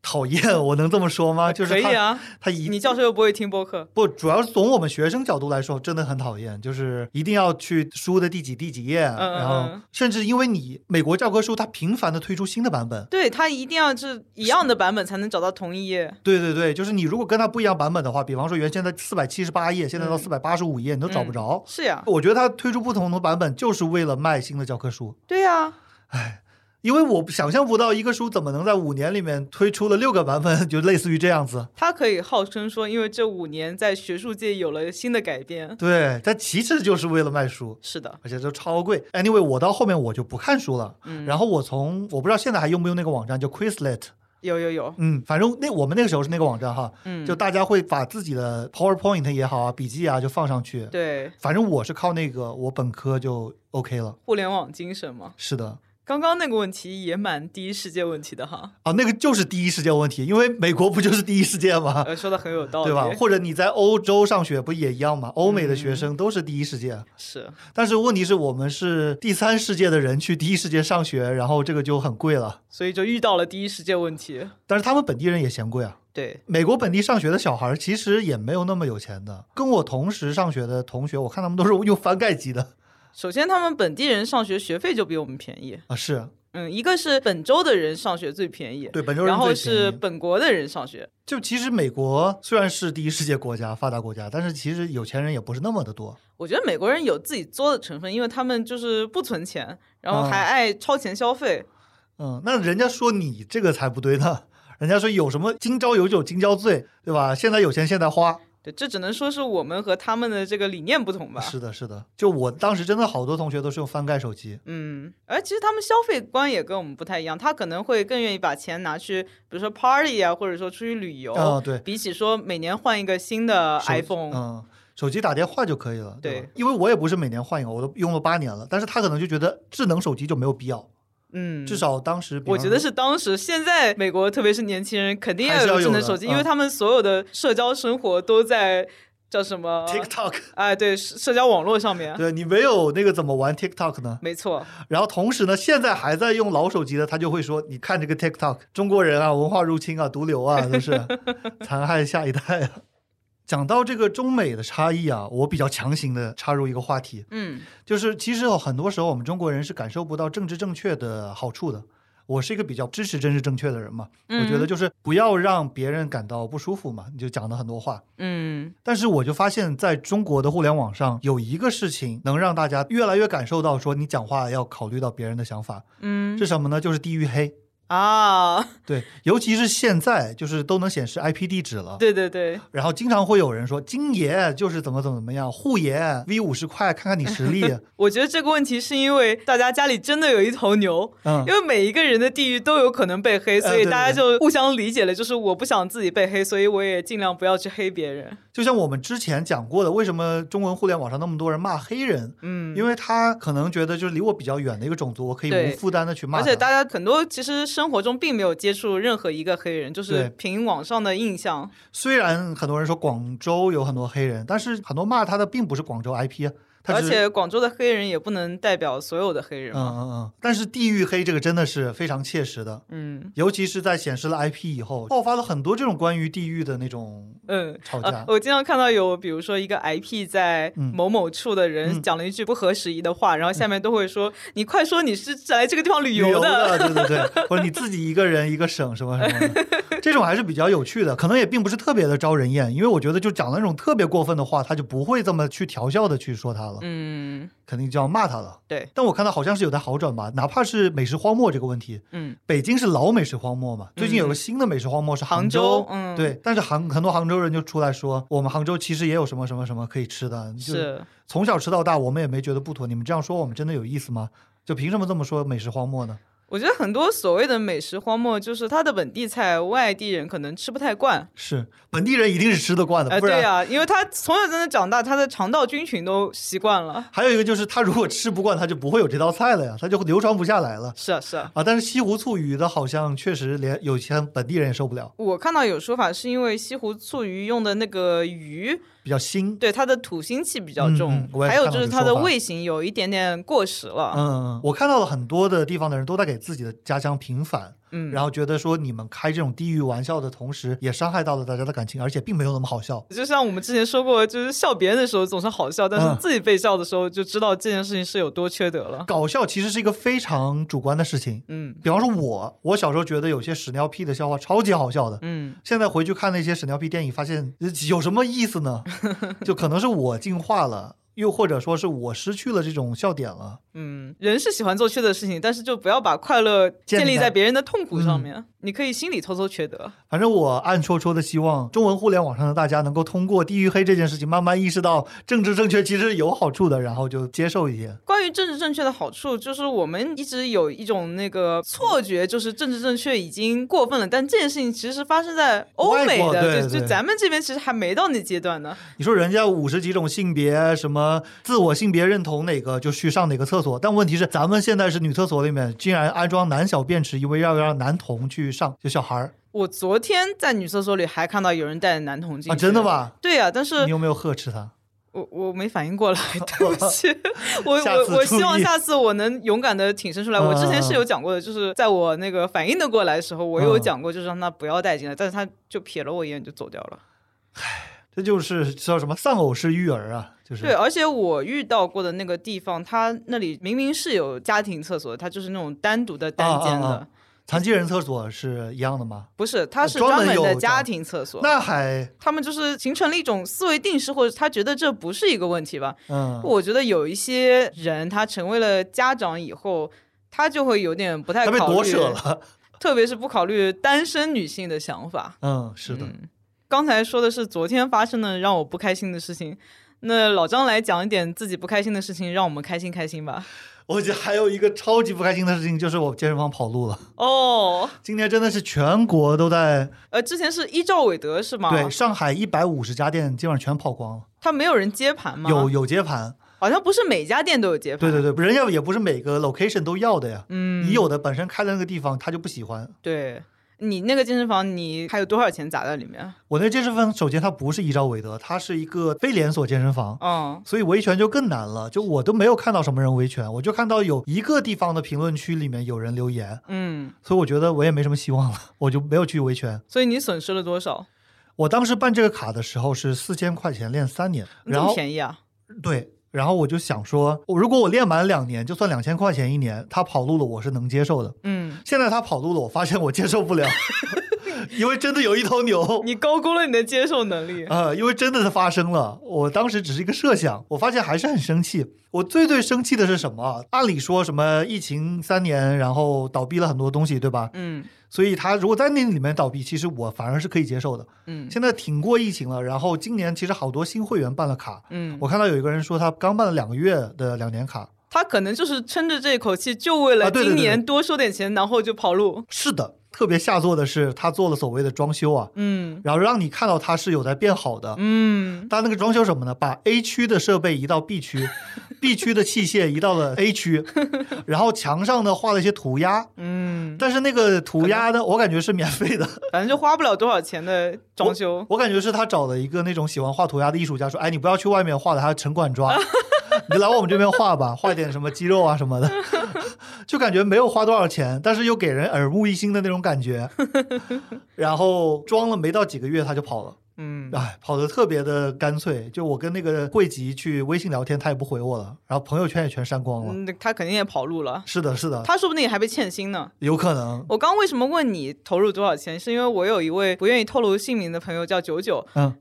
[SPEAKER 2] 讨厌，我能这么说吗？就是
[SPEAKER 3] 可以
[SPEAKER 2] 他、
[SPEAKER 3] 啊，
[SPEAKER 2] 他一
[SPEAKER 3] 你教授又不会听播客。
[SPEAKER 2] 不，主要是从我们学生角度来说，真的很讨厌，就是一定要去书的第几第几页，啊
[SPEAKER 3] 嗯
[SPEAKER 2] 然
[SPEAKER 3] 嗯
[SPEAKER 2] 后甚至因为你美国教科书它频繁的推出新的版本，
[SPEAKER 3] 对他一定要是一样的版本才能找到同一页，
[SPEAKER 2] 对对对，就是你如果跟它不一样版本的话，比方说原先的四百七十八页，现在到
[SPEAKER 3] 嗯
[SPEAKER 2] 四百八十五页，你都找不
[SPEAKER 3] 嗯
[SPEAKER 2] 着。
[SPEAKER 3] 是呀，
[SPEAKER 2] 我觉得它推出不同的版本就是为了卖新的教科书，
[SPEAKER 3] 对呀，
[SPEAKER 2] 因为我想象不到一个书怎么能在五年里面推出了六个版本，就类似于这样子。
[SPEAKER 3] 他可以号称说，因为这五年在学术界有了新的改变。
[SPEAKER 2] 对，但其实就是为了卖书。
[SPEAKER 3] 是的，
[SPEAKER 2] 而且都超贵。Anyway，我到后面我就不看书了。
[SPEAKER 3] 嗯
[SPEAKER 2] 然后我从我不知道现在还用不用那个网站叫 Quizlet，
[SPEAKER 3] 有有有，
[SPEAKER 2] 嗯，反正那我们那个时候是那个网站哈，
[SPEAKER 3] 嗯，
[SPEAKER 2] 就大家会把自己的 PowerPoint 也好啊、笔记啊就放上去。
[SPEAKER 3] 对
[SPEAKER 2] 反正我是靠那个，我本科就 OK 了。
[SPEAKER 3] 互联网精神嘛。
[SPEAKER 2] 是的，
[SPEAKER 3] 刚刚那个问题也蛮第一世界问题的哈，
[SPEAKER 2] 啊，那个就是第一世界问题，因为美国不就是第一世界吗？
[SPEAKER 3] 呃，说的很有道理，
[SPEAKER 2] 啊对吧？或者你在欧洲上学不也一样吗？欧美的
[SPEAKER 3] 嗯
[SPEAKER 2] 学生都是第一世界，
[SPEAKER 3] 是
[SPEAKER 2] 但是问题是我们是第三世界的人去第一世界上学，然后这个就很贵了。
[SPEAKER 3] 所以就遇到了第一世界问题。
[SPEAKER 2] 但是他们本地人也嫌贵啊。
[SPEAKER 3] 对，
[SPEAKER 2] 美国本地上学的小孩儿其实也没有那么有钱的，跟我同时上学的同学，我看他们都是用翻盖机的
[SPEAKER 3] 首先他们本地人上学学费就比我们便宜，
[SPEAKER 2] 啊。是
[SPEAKER 3] 嗯，一个是本州的人上学最便宜，
[SPEAKER 2] 对，本州人
[SPEAKER 3] 然后
[SPEAKER 2] 最便宜
[SPEAKER 3] 是本国的人上学，
[SPEAKER 2] 就其实美国虽然是第一世界国家、发达国家，但是其实有钱人也不是那么的多。
[SPEAKER 3] 我觉得美国人有自己作的成分，因为他们就是不存钱，然后
[SPEAKER 2] 嗯
[SPEAKER 3] 还爱超前消费。
[SPEAKER 2] 嗯，那人家说你这个才不对呢， 人家说有什么今朝有酒今朝醉，对吧？现在有钱现在花。
[SPEAKER 3] 对，这只能说是我们和他们的这个理念不同吧。
[SPEAKER 2] 是的，是的，就我当时真的好多同学都是用翻盖手机。
[SPEAKER 3] 嗯，而其实他们消费观也跟我们不太一样，他可能会更愿意把钱拿去，比如说 party 啊，或者说出去旅游，
[SPEAKER 2] 啊、对，
[SPEAKER 3] 比起说每年换一个新的
[SPEAKER 2] 手
[SPEAKER 3] iPhone，、
[SPEAKER 2] 嗯，手机打电话就可以了。吧
[SPEAKER 3] 对
[SPEAKER 2] 因为我也不是每年换一个，我都用了八年了。但是他可能就觉得智能手机就没有必要，
[SPEAKER 3] 嗯，
[SPEAKER 2] 至少当时比
[SPEAKER 3] 我
[SPEAKER 2] 方
[SPEAKER 3] 觉得
[SPEAKER 2] 说
[SPEAKER 3] 是当时，现在美国特别是年轻人肯定
[SPEAKER 2] 还是要
[SPEAKER 3] 有智
[SPEAKER 2] 有
[SPEAKER 3] 能
[SPEAKER 2] 的
[SPEAKER 3] 手机，
[SPEAKER 2] 嗯
[SPEAKER 3] 因为他们所有的社交生活都在叫什么？
[SPEAKER 2] TikTok，、
[SPEAKER 3] 哎，对，社社交网络上面，
[SPEAKER 2] 对你没有那个怎么玩 TikTok 呢？
[SPEAKER 3] 没错，
[SPEAKER 2] 然后同时呢，现在还在用老手机的，他就会说：“你看这个 TikTok，中国人啊，文化入侵啊，毒瘤啊，都 是残害下一代啊。”讲到这个中美的差异啊，我比较强行的插入一个话题，
[SPEAKER 3] 嗯，
[SPEAKER 2] 就是其实有很多时候我们中国人是感受不到政治正确的好处的。我是一个比较支持政治正确的人嘛，我觉得
[SPEAKER 3] 嗯
[SPEAKER 2] 就是不要让别人感到不舒服嘛，你就讲了很多话。
[SPEAKER 3] 嗯，
[SPEAKER 2] 但是我就发现，在中国的互联网上有一个事情能让大家越来越感受到，说你讲话要考虑到别人的想法
[SPEAKER 3] 嗯
[SPEAKER 2] 是什么呢？就是地域黑。
[SPEAKER 3] 啊，
[SPEAKER 2] 对，尤其是现在，就是都能显示 IP 地址了。
[SPEAKER 3] 对对对，
[SPEAKER 2] 然后经常会有人说金爷就是怎么怎么怎么样，护爷 V 五十块，看看你实 力。
[SPEAKER 3] 我觉得这个问题是因为大家家里真的有一头牛，
[SPEAKER 2] 嗯呃
[SPEAKER 3] 因，为每一个人的地域都有可能被黑，所
[SPEAKER 2] 对
[SPEAKER 3] 以
[SPEAKER 2] 对
[SPEAKER 3] 大家就
[SPEAKER 2] 对
[SPEAKER 3] 互相理解了。就是我不想自己被黑，所以我也尽量不要去黑别人。
[SPEAKER 2] 就像我们之前讲过的，为什么中文互联网上那么多人骂黑人？
[SPEAKER 3] 嗯，
[SPEAKER 2] 因为他可能觉得就是离我比较远的一个种族，我可以
[SPEAKER 3] 对
[SPEAKER 2] 无负担的去骂
[SPEAKER 3] 而
[SPEAKER 2] 他。
[SPEAKER 3] 且大家很多其实生活中并没有接触任何一个黑人，就是
[SPEAKER 2] 对
[SPEAKER 3] 凭网上的印象。
[SPEAKER 2] 虽然很多人说广州有很多黑人，但是很多骂他的并不是广州 IP，啊他
[SPEAKER 3] 而
[SPEAKER 2] 只是
[SPEAKER 3] 且广州的黑人也不能代表所有的黑人
[SPEAKER 2] 嗯
[SPEAKER 3] 嘛。
[SPEAKER 2] 嗯嗯，但是地域黑这个真的是非常切实的，
[SPEAKER 3] 嗯
[SPEAKER 2] 尤其是在显示了 IP 以后，爆发了很多这种关于地域的那种
[SPEAKER 3] 嗯。
[SPEAKER 2] 吵架。
[SPEAKER 3] 呃，我经常看到有，比如说一个 IP 在
[SPEAKER 2] 哦嗯
[SPEAKER 3] 某某处的人
[SPEAKER 2] 嗯
[SPEAKER 3] 讲了一句不合时宜的话，然后下面都会说：“你快说你是来这个地方旅
[SPEAKER 2] 旅
[SPEAKER 3] 游的。
[SPEAKER 2] 的，对对对，或者你自己一个人一个省什么什么的，这种还是比较有趣的，可能也并不是特别的招人厌，因为我觉得就讲那种特别过分的话，他就不会这么去调笑的去说他了，
[SPEAKER 3] 嗯
[SPEAKER 2] 肯定就要骂他了。
[SPEAKER 3] 对，
[SPEAKER 2] 但我看到好像是有在好转吧，哪怕是美食荒漠这个问题，
[SPEAKER 3] 嗯
[SPEAKER 2] 北京是老美食荒漠嘛，最近有个新的美食荒漠是杭
[SPEAKER 3] 杭州嗯
[SPEAKER 2] 对，但是杭很多杭州人就出来说，我们杭州其实也有什么什么什么可以吃的，就是从小吃到大，我们也没觉得不妥。你们这样说，我们真的有意思吗？就凭什么这么说美食荒漠呢？
[SPEAKER 3] 我觉得很多所谓的美食荒漠，就是它的本地菜，外地人可能吃不太惯。
[SPEAKER 2] 是本地人一定是吃得惯的，
[SPEAKER 3] 哎，
[SPEAKER 2] 呃不
[SPEAKER 3] 对
[SPEAKER 2] 然、
[SPEAKER 3] 呀、因为他从小在那长大，他的肠道菌群都习惯了。
[SPEAKER 2] 还有一个就是他如果吃不惯，他就不会有这道菜了呀，他就流传不下来了
[SPEAKER 3] 是啊，是啊。
[SPEAKER 2] 啊。但是西湖醋鱼的好像确实连有些本地人也受不了，
[SPEAKER 3] 我看到有说法是因为西湖醋鱼用的那个鱼，
[SPEAKER 2] 比较腥。
[SPEAKER 3] 对它的土腥气比较重
[SPEAKER 2] 嗯嗯，我也
[SPEAKER 3] 还有就是它
[SPEAKER 2] 看到这
[SPEAKER 3] 的
[SPEAKER 2] 说法
[SPEAKER 3] 味型有一点点过时了。
[SPEAKER 2] 嗯，我看到了很多的地方的人都在给自己的家乡平反，
[SPEAKER 3] 嗯，
[SPEAKER 2] 然后觉得说你们开这种地域玩笑的同时，也伤害到了大家的感情，而且并没有那么好笑。
[SPEAKER 3] 就像我们之前说过，就是笑别人的时候总是好笑，但是
[SPEAKER 2] 嗯
[SPEAKER 3] 自己被笑的时候就知道这件事情是有多缺德了。
[SPEAKER 2] 搞笑其实是一个非常主观的事情。
[SPEAKER 3] 嗯
[SPEAKER 2] 比方说我，我小时候觉得有些屎尿屁的笑话超级好笑的，
[SPEAKER 3] 嗯，
[SPEAKER 2] 现在回去看那些屎尿屁电影，发现呃有什么意思呢？就可能是我进化了。又或者说是我失去了这种笑点了。
[SPEAKER 3] 嗯，人是喜欢做缺德的事情，但是就不要把快乐建立在别人的痛苦
[SPEAKER 2] 嗯
[SPEAKER 3] 上面。你可以心里偷偷缺德。
[SPEAKER 2] 反正我暗戳戳的希望，中文互联网上的大家能够通过地域黑这件事情，慢慢意识到政治正确其实是有好处的，然后就接受一些。
[SPEAKER 3] 关于政治正确的好处，就是我们一直有一种那个错觉，就是政治正确已经过分了。但这件事情其实是发生在欧美
[SPEAKER 2] 外国
[SPEAKER 3] 的，
[SPEAKER 2] 对
[SPEAKER 3] 就就
[SPEAKER 2] 对
[SPEAKER 3] 咱们这边其实还没到那阶段呢。
[SPEAKER 2] 你说人家五十几种性别，什么自我性别认同哪个就去上哪个厕所，但问题是咱们现在是女厕所里面竟然安装男小便池，因为要让男童去上，就小孩儿
[SPEAKER 3] 我昨天在女厕所里还看到有人戴男童进去、
[SPEAKER 2] 啊，真的？吗？
[SPEAKER 3] 对呀、但是
[SPEAKER 2] 你有没有呵斥他？
[SPEAKER 3] 我我没反应 过来，对不起，我
[SPEAKER 2] 下次
[SPEAKER 3] 我我
[SPEAKER 2] 注
[SPEAKER 3] 希望
[SPEAKER 2] 意
[SPEAKER 3] 下次我能勇敢的挺身出来。我之前是有讲过的，就是在我那个反应的过来的时候，我有
[SPEAKER 2] 嗯
[SPEAKER 3] 讲过，就是让他不要带进来，但是他就瞥了我一眼就走掉了。
[SPEAKER 2] 这就是叫什么丧偶式育儿啊，就是
[SPEAKER 3] 对，而且我遇到过的那个地方，他那里明明是有家庭厕所，他就是那种单独的单间的，
[SPEAKER 2] 啊啊啊残疾人厕所是一样的吗？
[SPEAKER 3] 不是，他是
[SPEAKER 2] 专
[SPEAKER 3] 专
[SPEAKER 2] 门
[SPEAKER 3] 门的
[SPEAKER 2] 有
[SPEAKER 3] 家
[SPEAKER 2] 的
[SPEAKER 3] 庭厕所。
[SPEAKER 2] 那还
[SPEAKER 3] 他们就是形成了一种思维定式，或者他觉得这不是一个问题吧？
[SPEAKER 2] 嗯，
[SPEAKER 3] 我觉得有一些人，他成为了家长以后，他就会有点不太
[SPEAKER 2] 他被
[SPEAKER 3] 考虑，
[SPEAKER 2] 夺舍了，
[SPEAKER 3] 特别是不考虑单身女性的想法。
[SPEAKER 2] 嗯，是的，
[SPEAKER 3] 嗯刚才说的是昨天发生的让我不开心的事情，那老张来讲一点自己不开心的事情，让我们开心开心吧。
[SPEAKER 2] 我觉得还有一个超级不开心的事情，就是我健身房跑路了。
[SPEAKER 3] 哦，
[SPEAKER 2] 今天真的是全国都在
[SPEAKER 3] 呃，之前是依照韦德是吗？
[SPEAKER 2] 对上海一百五十家店，基本上全跑光了。
[SPEAKER 3] 他没有人接盘吗？
[SPEAKER 2] 有，有接盘，
[SPEAKER 3] 好像不是每家店都有接盘。
[SPEAKER 2] 对对对，人家也不是每个 location 都要的呀。
[SPEAKER 3] 嗯，
[SPEAKER 2] 你有的本身开的那个地方他就不喜欢。
[SPEAKER 3] 对。你那个健身房，你还有多少钱砸在里面？
[SPEAKER 2] 我那健身房首先它不是依照韦德，它是一个非连锁健身房。
[SPEAKER 3] 嗯，
[SPEAKER 2] 所以维权就更难了，就我都没有看到什么人维权，我就看到有一个地方的评论区里面有人留言，
[SPEAKER 3] 嗯，
[SPEAKER 2] 所以我觉得我也没什么希望了， 我就没有去维权。
[SPEAKER 3] 所以你损失了多少？
[SPEAKER 2] 我当时办这个卡的时候是四千块钱练三年，
[SPEAKER 3] 这
[SPEAKER 2] 然
[SPEAKER 3] 么
[SPEAKER 2] 后
[SPEAKER 3] 便宜啊？
[SPEAKER 2] 对，然后我就想说，我如果我练满两年，就算两千块钱一年，他跑路了，我是能接受的。
[SPEAKER 3] 嗯，
[SPEAKER 2] 现在他跑路了，我发现我接受 不了，因为真的有一头牛。
[SPEAKER 3] 你高估了你的接受能力。
[SPEAKER 2] 呃，因为真的发生了，我当时只是一个设想，我发现还是很生气。我最最生气的是什么啊？按理说什么疫情三年，然后倒闭了很多东西，对吧？
[SPEAKER 3] 嗯
[SPEAKER 2] 所以他如果在那里面倒闭，其实我反而是可以接受的。
[SPEAKER 3] 嗯
[SPEAKER 2] 现在挺过疫情了，然后今年其实好多新会员办了卡，
[SPEAKER 3] 嗯，
[SPEAKER 2] 我看到有一个人说他刚办了两个月的两年卡，
[SPEAKER 3] 他可能就是撑着这口气，就为了
[SPEAKER 2] 啊对对
[SPEAKER 3] 今
[SPEAKER 2] 对
[SPEAKER 3] 年多收点钱，然后就跑路。
[SPEAKER 2] 是的，特别下作的是他做了所谓的装修啊，
[SPEAKER 3] 嗯
[SPEAKER 2] 然后让你看到他是有在变好的。
[SPEAKER 3] 嗯，
[SPEAKER 2] 他那个装修什么呢？把 A 区的设备移到 B 区，B 区的器械移到了 A 区， 然后墙上呢画了一些涂鸦，
[SPEAKER 3] 嗯，
[SPEAKER 2] 但是那个涂鸦呢，我感觉是免费的。
[SPEAKER 3] 反正就花不了多少钱的装修。
[SPEAKER 2] 我感觉是他找了一个那种喜欢画涂鸦的艺术家，说：“哎，你不要去外面画了，还有城 管抓，你就来我们这边画吧，画一点什么肌肉啊什么的。”就感觉没有花多少钱，但是又给人耳目一新的那种感觉。然后装了没到几个月，他就跑了，
[SPEAKER 3] 嗯，
[SPEAKER 2] 哎，跑得特别的干脆。就我跟那个汇集去微信聊天，他也不回我了，然后朋友圈也全删光了。
[SPEAKER 3] 嗯他肯定也跑路了，
[SPEAKER 2] 是的，是的，
[SPEAKER 3] 他说不定还被欠薪呢。
[SPEAKER 2] 有可能。
[SPEAKER 3] 我刚为什么问你投入多少钱，是因为我有一位不愿意透露姓名的朋友叫九九，
[SPEAKER 2] 嗯，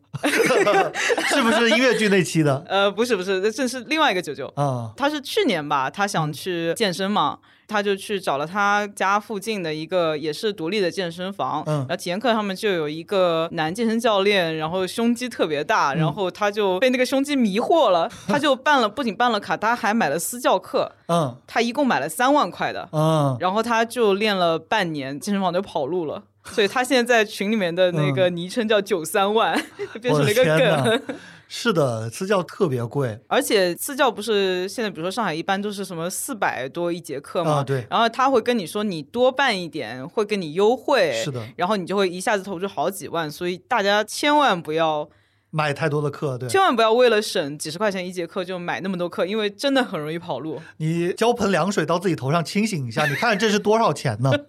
[SPEAKER 2] 是不是音乐剧那期的？
[SPEAKER 3] 呃，不是不是，这是另外一个九九，
[SPEAKER 2] 啊、
[SPEAKER 3] 他是去年吧，他
[SPEAKER 2] 嗯
[SPEAKER 3] 想去健身嘛，他就去找了他家附近的一个也是独立的健身房，
[SPEAKER 2] 嗯
[SPEAKER 3] 然后体验课上面就有一个男健身教练，然后胸肌特别大，
[SPEAKER 2] 嗯
[SPEAKER 3] 然后他就被那个胸肌迷惑了，他就办了，不仅办了卡，他还买了私教课，
[SPEAKER 2] 嗯，
[SPEAKER 3] 他一共买了三万块的，
[SPEAKER 2] 嗯
[SPEAKER 3] 然后他就练了半年，健身房就跑路了。所以他现在在群里面的那个昵称叫“九三万”， 就变
[SPEAKER 2] 嗯我
[SPEAKER 3] 成
[SPEAKER 2] 的
[SPEAKER 3] 了一个
[SPEAKER 2] 天
[SPEAKER 3] 梗。
[SPEAKER 2] 呐，是的，私教特别贵，
[SPEAKER 3] 而且私教不是现在，比如说上海一般都是什么四百多一节课嘛，
[SPEAKER 2] 啊对
[SPEAKER 3] 然后他会跟你说你多办一点会给你优惠，
[SPEAKER 2] 是的
[SPEAKER 3] 然后你就会一下子投入好几万，所以大家千万不要，
[SPEAKER 2] 买太多的课，对
[SPEAKER 3] 千万不要为了省几十块钱一节课就买那么多课，因为真的很容易跑路。
[SPEAKER 2] 你浇盆凉水到自己头上清醒一下，你看这是多少钱呢？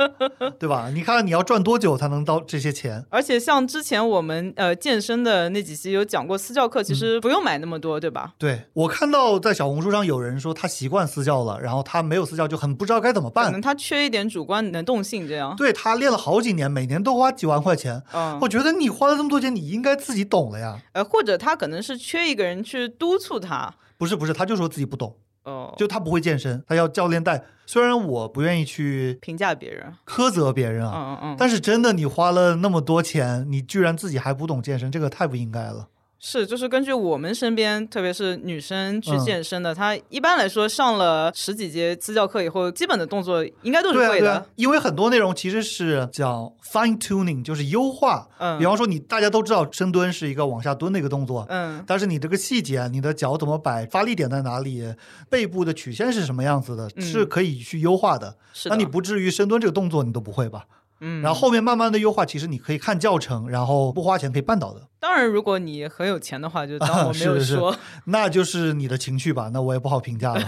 [SPEAKER 2] 对吧？你看你要赚多久才能到这些钱？
[SPEAKER 3] 而且像之前我们呃健身的那几期有讲过，私教课
[SPEAKER 2] 嗯
[SPEAKER 3] 其实不用买那么多，对吧？
[SPEAKER 2] 对我看到在小红书上有人说他习惯私教了，然后他没有私教就很不知道该怎么
[SPEAKER 3] 可能
[SPEAKER 2] 办。
[SPEAKER 3] 他缺一点主观能动性，这样。
[SPEAKER 2] 嗯对他练了好几年，每年都花几万块钱，
[SPEAKER 3] 嗯
[SPEAKER 2] 我，觉得你花了这么多钱，你应该自己懂了呀。
[SPEAKER 3] 呃，或者他可能是缺一个人去督促他，
[SPEAKER 2] 不是不是，他就说自己不懂，
[SPEAKER 3] 哦，
[SPEAKER 2] 就他不会健身，他要教练带。虽然我不愿意去
[SPEAKER 3] 评价别人，
[SPEAKER 2] 苛责别人啊，
[SPEAKER 3] 嗯嗯嗯，
[SPEAKER 2] 但是真的你花了那么多钱，你居然自己还不懂健身，这个太不应该了。
[SPEAKER 3] 是，就是根据我们身边，特别是女生去
[SPEAKER 2] 嗯
[SPEAKER 3] 健身的，她一般来说上了十几节私教课以后，基本的动作应该都是
[SPEAKER 2] 对啊
[SPEAKER 3] 会
[SPEAKER 2] 对
[SPEAKER 3] 的。
[SPEAKER 2] 啊，因为很多内容其实是叫 fine tuning，就是优化。
[SPEAKER 3] 嗯
[SPEAKER 2] 比方说你大家都知道深蹲是一个往下蹲的一个动作，
[SPEAKER 3] 嗯，
[SPEAKER 2] 但是你这个细节，啊你的脚怎么摆，发力点在哪里，背部的曲线是什么样子的，
[SPEAKER 3] 嗯
[SPEAKER 2] 是可以去优化的。
[SPEAKER 3] 是
[SPEAKER 2] 那
[SPEAKER 3] 的。
[SPEAKER 2] 你不至于深蹲这个动作你都不会吧？
[SPEAKER 3] 嗯，
[SPEAKER 2] 然后后面慢慢的优化，其实你可以看教程，然后不花钱可以办到的，
[SPEAKER 3] 当然，如果你很有钱的话， 就当我没有
[SPEAKER 2] 是是
[SPEAKER 3] 说。
[SPEAKER 2] 那就是你的情绪吧。那我也不好评价了。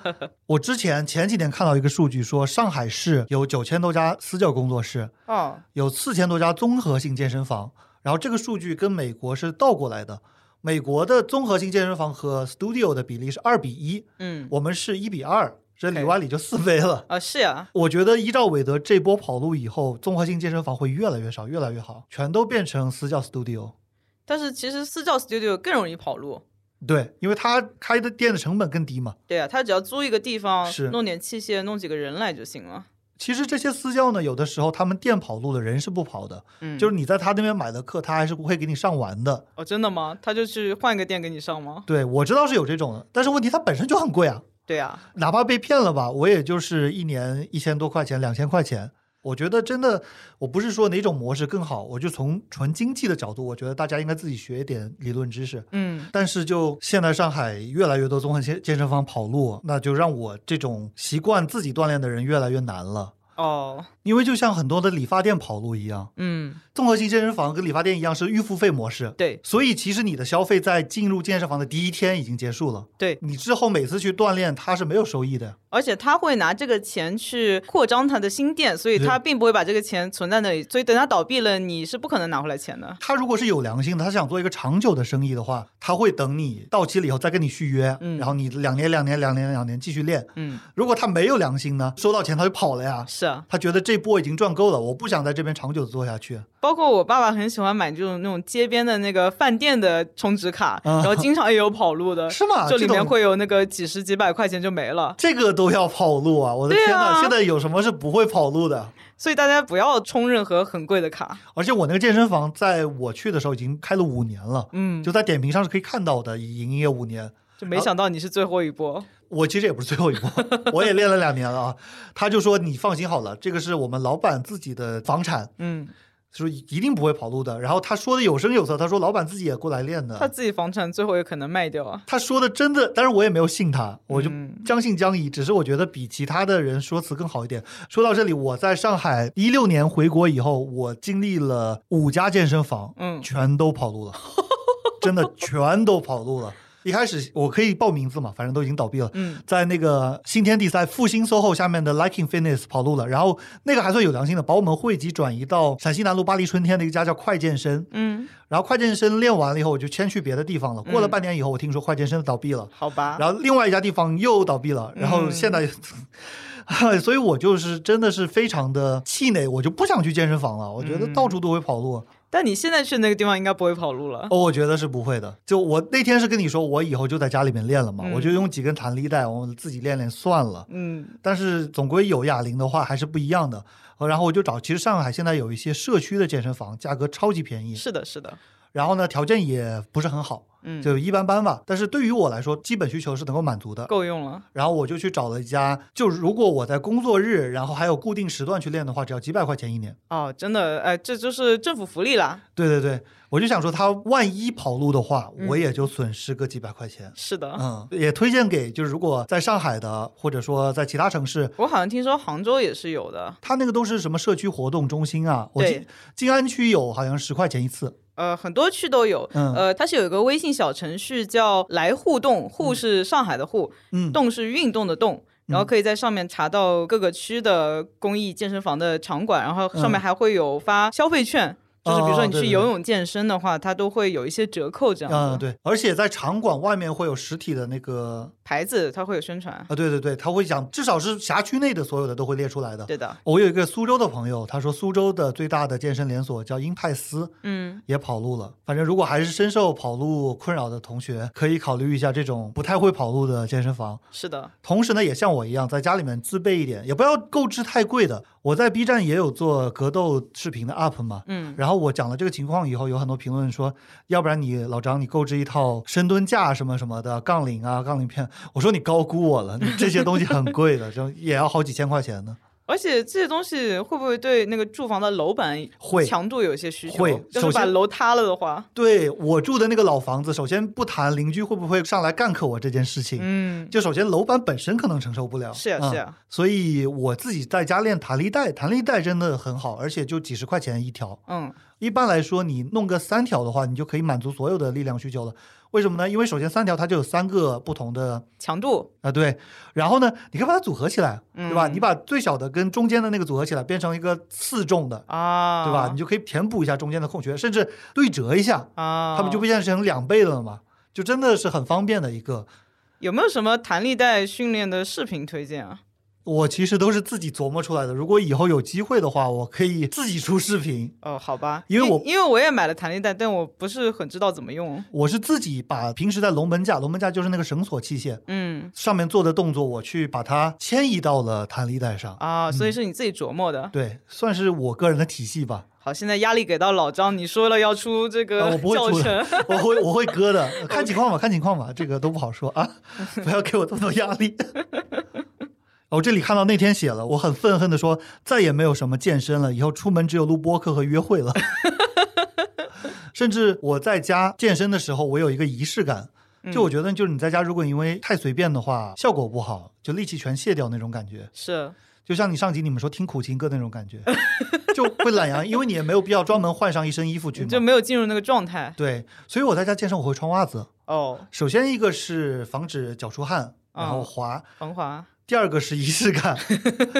[SPEAKER 2] 我之前前几年看到一个数据说，上海市有九千多家私教工作室，
[SPEAKER 3] 哦，
[SPEAKER 2] 有四千多家综合性健身房，然后这个数据跟美国是倒过来的。美国的综合性健身房和 studio 的比例是二比一，
[SPEAKER 3] 嗯，
[SPEAKER 2] 我们是一比二，这里
[SPEAKER 3] OK
[SPEAKER 2] 外里就四倍了。
[SPEAKER 3] 啊，是呀，
[SPEAKER 2] 我觉得依照韦德这波跑路以后，综合性健身房会越来越少，越来越好，全都变成私教 studio。
[SPEAKER 3] 但是其实私教 studio 更容易跑路。
[SPEAKER 2] 对，因为他开的店的成本更低嘛。
[SPEAKER 3] 对啊，他只要租一个地方
[SPEAKER 2] 是，
[SPEAKER 3] 弄点器械，弄几个人来就行了。
[SPEAKER 2] 其实这些私教呢，有的时候他们店跑路的人是不跑的，
[SPEAKER 3] 嗯，
[SPEAKER 2] 就是你在他那边买的课，他还是会给你上完的。
[SPEAKER 3] 哦，真的吗？他就去换一个店给你上吗？
[SPEAKER 2] 对我知道是有这种的，但是问题它本身就很贵啊，
[SPEAKER 3] 对啊，
[SPEAKER 2] 哪怕被骗了吧，我也就是一年一千多块钱、两千块钱。我觉得真的，我不是说哪种模式更好，我就从纯经济的角度，我觉得大家应该自己学一点理论知识。
[SPEAKER 3] 嗯，
[SPEAKER 2] 但是就现在上海越来越多综合健健身房跑路，那就让我这种习惯自己锻炼的人越来越难了。
[SPEAKER 3] 哦，
[SPEAKER 2] 因为就像很多的理发店跑路一样，
[SPEAKER 3] 嗯，
[SPEAKER 2] 综合性健身房跟理发店一样是预付费模式，
[SPEAKER 3] 对
[SPEAKER 2] 所以其实你的消费在进入健身房的第一天已经结束了，
[SPEAKER 3] 对，
[SPEAKER 2] 你之后每次去锻炼它是没有收益的。
[SPEAKER 3] 而且他会拿这个钱去扩张他的新店，所以他并不会把这个钱存在那里，所以等他倒闭了，你是不可能拿回来钱的。
[SPEAKER 2] 他如果是有良心的，他想做一个长久的生意的话，他会等你到期了以后再跟你续约，
[SPEAKER 3] 嗯
[SPEAKER 2] 然后你两年、两年、两年、两年继续练。
[SPEAKER 3] 嗯，
[SPEAKER 2] 如果他没有良心呢，收到钱他就跑了呀，
[SPEAKER 3] 是啊，
[SPEAKER 2] 他觉得这波已经赚够了，我不想在这边长久的做下去。
[SPEAKER 3] 包括我爸爸很喜欢买这种那种街边的那个饭店的充值卡，
[SPEAKER 2] 啊
[SPEAKER 3] 然后经常也有跑路的，
[SPEAKER 2] 是吗
[SPEAKER 3] 就呃里
[SPEAKER 2] 这
[SPEAKER 3] 面
[SPEAKER 2] 种
[SPEAKER 3] 会有那个几十几百块钱就没了，
[SPEAKER 2] 这个都要跑路啊！我的
[SPEAKER 3] 对啊
[SPEAKER 2] 天呐，现在有什么是不会跑路的？
[SPEAKER 3] 所以大家不要充任何很贵的卡。
[SPEAKER 2] 而且我那个健身房，在我去的时候已经开了五年了，
[SPEAKER 3] 嗯，
[SPEAKER 2] 就在点评上是可以看到的，已营业五年。
[SPEAKER 3] 就没想到你是最后一波。
[SPEAKER 2] 我其实也不是最后一波， 我也练了两年了啊。他就说你放心好了，这个是我们老板自己的房产，
[SPEAKER 3] 嗯，
[SPEAKER 2] 说一定不会跑路的。然后他说的有声有色，他说老板自己也过来练
[SPEAKER 3] 他
[SPEAKER 2] 的。
[SPEAKER 3] 自己房产最后也可能卖掉啊。
[SPEAKER 2] 他说的真的，但是我也没有信他，我就
[SPEAKER 3] 嗯
[SPEAKER 2] 将信将疑。只是我觉得比其他的人说辞更好一点。说到这里，我在上海一六年回国以后，我经历了五家健身房，
[SPEAKER 3] 嗯
[SPEAKER 2] 全都跑路了，真的全都跑路了。一开始我可以报名字嘛，反正都已经倒闭了。
[SPEAKER 3] 嗯，
[SPEAKER 2] 在那个新天地在复兴 SOHO 下面的 Liking Fitness 跑路了，然后那个还算有良心的，把我们汇集转移到陕西南路巴黎春天的一家叫快健身，
[SPEAKER 3] 嗯，
[SPEAKER 2] 然后快健身练完了以后，我就迁去别的地方了。过了半年以后，我听说快健身倒闭了，
[SPEAKER 3] 好吧。
[SPEAKER 2] 然后另外一家地方又倒闭了， 然后现在，所以我就是真的是非常的气馁，我就不想去健身房了。我觉得到处都会跑路，
[SPEAKER 3] 但你现在去那个地方应该不会跑路了。
[SPEAKER 2] 哦，我觉得是不会的。就我那天是跟你说，我以后就在家里面练了嘛，
[SPEAKER 3] 嗯
[SPEAKER 2] 我就用几根弹力带，我自己练练算了。
[SPEAKER 3] 嗯
[SPEAKER 2] 但是总归有哑铃的话还是不一样的。呃然后我就找，其实上海现在有一些社区的健身房，价格超级便宜，
[SPEAKER 3] 是的，是的，
[SPEAKER 2] 然后呢条件也不是很好，
[SPEAKER 3] 嗯，
[SPEAKER 2] 就一般般吧。但是对于我来说，基本需求是能够满足的。
[SPEAKER 3] 够用了。
[SPEAKER 2] 然后我就去找了一家，就如果我在工作日，然后还有固定时段去练的话，只要几百块钱一年。
[SPEAKER 3] 哦，真的，哎，这就是政府福利啦。
[SPEAKER 2] 对对对，我就想说，他万一跑路的话，
[SPEAKER 3] 嗯啊
[SPEAKER 2] 我也就损失个几百块钱。
[SPEAKER 3] 是的，
[SPEAKER 2] 嗯，也推荐给就是如果在上海的，或者说在其他城市，
[SPEAKER 3] 我好像听说杭州也是有的，
[SPEAKER 2] 它那个都是什么社区活动中心啊？我
[SPEAKER 3] 对
[SPEAKER 2] 记静安区有好像十块钱一次，
[SPEAKER 3] 呃，很多区都有。
[SPEAKER 2] 嗯
[SPEAKER 3] 呃，它是有一个微信小程序叫“来互动”，互是上海的互，
[SPEAKER 2] 嗯，
[SPEAKER 3] 动是运动的动。然后可以在上面查到各个区的公益健身房的场馆，然后上面
[SPEAKER 2] 嗯
[SPEAKER 3] 还会有发消费券，就是比如说你
[SPEAKER 2] 哦对
[SPEAKER 3] 去
[SPEAKER 2] 对
[SPEAKER 3] 游泳、健身的话，它都会有一些折扣这样的。
[SPEAKER 2] 嗯，对，而且在场馆外面会有实体的那个
[SPEAKER 3] 牌子它会有宣传。
[SPEAKER 2] 啊，对对对，他会讲，至少是辖区内的所有的都会列出来的。
[SPEAKER 3] 对的，
[SPEAKER 2] 我有一个苏州的朋友，他说苏州的最大的健身连锁叫英派斯，
[SPEAKER 3] 嗯，
[SPEAKER 2] 也跑路了。反正如果还是深受跑路困扰的同学，可以考虑一下这种不太会跑路的健身房。
[SPEAKER 3] 是的，
[SPEAKER 2] 同时呢，也像我一样，在家里面自备一点，也不要购置太贵的。我在 B 站也有做格斗视频的 UP 嘛，
[SPEAKER 3] 嗯，
[SPEAKER 2] 然后我讲了这个情况以后，有很多评论说，要不然你老张你购置一套深蹲架什么什么的杠铃啊杠铃片，我说你高估我了，你这些东西很贵的， 这也要好几千块钱呢。
[SPEAKER 3] 而且这些东西会不会对那个住房的楼板
[SPEAKER 2] 会
[SPEAKER 3] 强度有一些需求？
[SPEAKER 2] 会
[SPEAKER 3] 就
[SPEAKER 2] 首
[SPEAKER 3] 是把
[SPEAKER 2] 先
[SPEAKER 3] 楼塌了的话，
[SPEAKER 2] 对我住的那个老房子，首先不谈邻居会不会上来干克我这件事情，
[SPEAKER 3] 嗯，
[SPEAKER 2] 就首先楼板本身可能承受不了，
[SPEAKER 3] 是呀
[SPEAKER 2] 嗯
[SPEAKER 3] 是啊呀
[SPEAKER 2] 所以我自己在家练弹力带，弹力带真的很好，而且就几十块钱一条。
[SPEAKER 3] 嗯，
[SPEAKER 2] 一般来说，你弄个三条的话，你就可以满足所有的力量需求了。为什么呢？因为首先三条它就有三个不同的
[SPEAKER 3] 强度，
[SPEAKER 2] 啊、对，然后呢，你可以把它组合起来，对吧？
[SPEAKER 3] 嗯
[SPEAKER 2] 你把最小的跟中间的那个组合起来，变成一个次重的，
[SPEAKER 3] 啊，
[SPEAKER 2] 对吧？你就可以填补一下中间的空缺，甚至对折一下，
[SPEAKER 3] 啊，
[SPEAKER 2] 它不就变成两倍了吗？就真的是很方便的一个。
[SPEAKER 3] 有没有什么弹力带训练的视频推荐啊？
[SPEAKER 2] 我其实都是自己琢磨出来的。如果以后有机会的话，我可以自己出视频。
[SPEAKER 3] 哦，好吧，
[SPEAKER 2] 因为我
[SPEAKER 3] 因为我也买了弹力带，但我不是很知道怎么用。
[SPEAKER 2] 我是自己把平时在龙门架，龙门架就是那个绳索器械
[SPEAKER 3] 嗯，
[SPEAKER 2] 上面做的动作，我去把它迁移到了弹力带上。
[SPEAKER 3] 啊，所以是你自己琢磨的。
[SPEAKER 2] 对，算是我个人的体系吧。
[SPEAKER 3] 好，现在压力给到老张，你说了要出这
[SPEAKER 2] 啊
[SPEAKER 3] 个
[SPEAKER 2] 我不会
[SPEAKER 3] 教
[SPEAKER 2] 出
[SPEAKER 3] 程
[SPEAKER 2] 的，我会我会割的，看情况吧，看情况吧，这个都不好说啊，不要给我这么多压力。 我这里看到那天写了，我很愤恨的说，再也没有什么健身了，以后出门只有录播客和约会了。 甚至我在家健身的时候，我有一个仪式感，就我觉得就是你在家如果因为太随便的话，效果不好，就力气全卸掉那种感觉。
[SPEAKER 3] 是
[SPEAKER 2] 就像你上集你们说听苦情歌那种感觉，就会懒洋，因为你也没有必要专门换上一身衣服去
[SPEAKER 3] 你
[SPEAKER 2] 嘛。
[SPEAKER 3] 就没有进入那个状态
[SPEAKER 2] 对，所以我在家健身我会穿袜子。
[SPEAKER 3] 哦，
[SPEAKER 2] 首先一个是防止脚出汗，然后
[SPEAKER 3] 哦
[SPEAKER 2] 滑；
[SPEAKER 3] 防滑
[SPEAKER 2] 第二个是仪式感，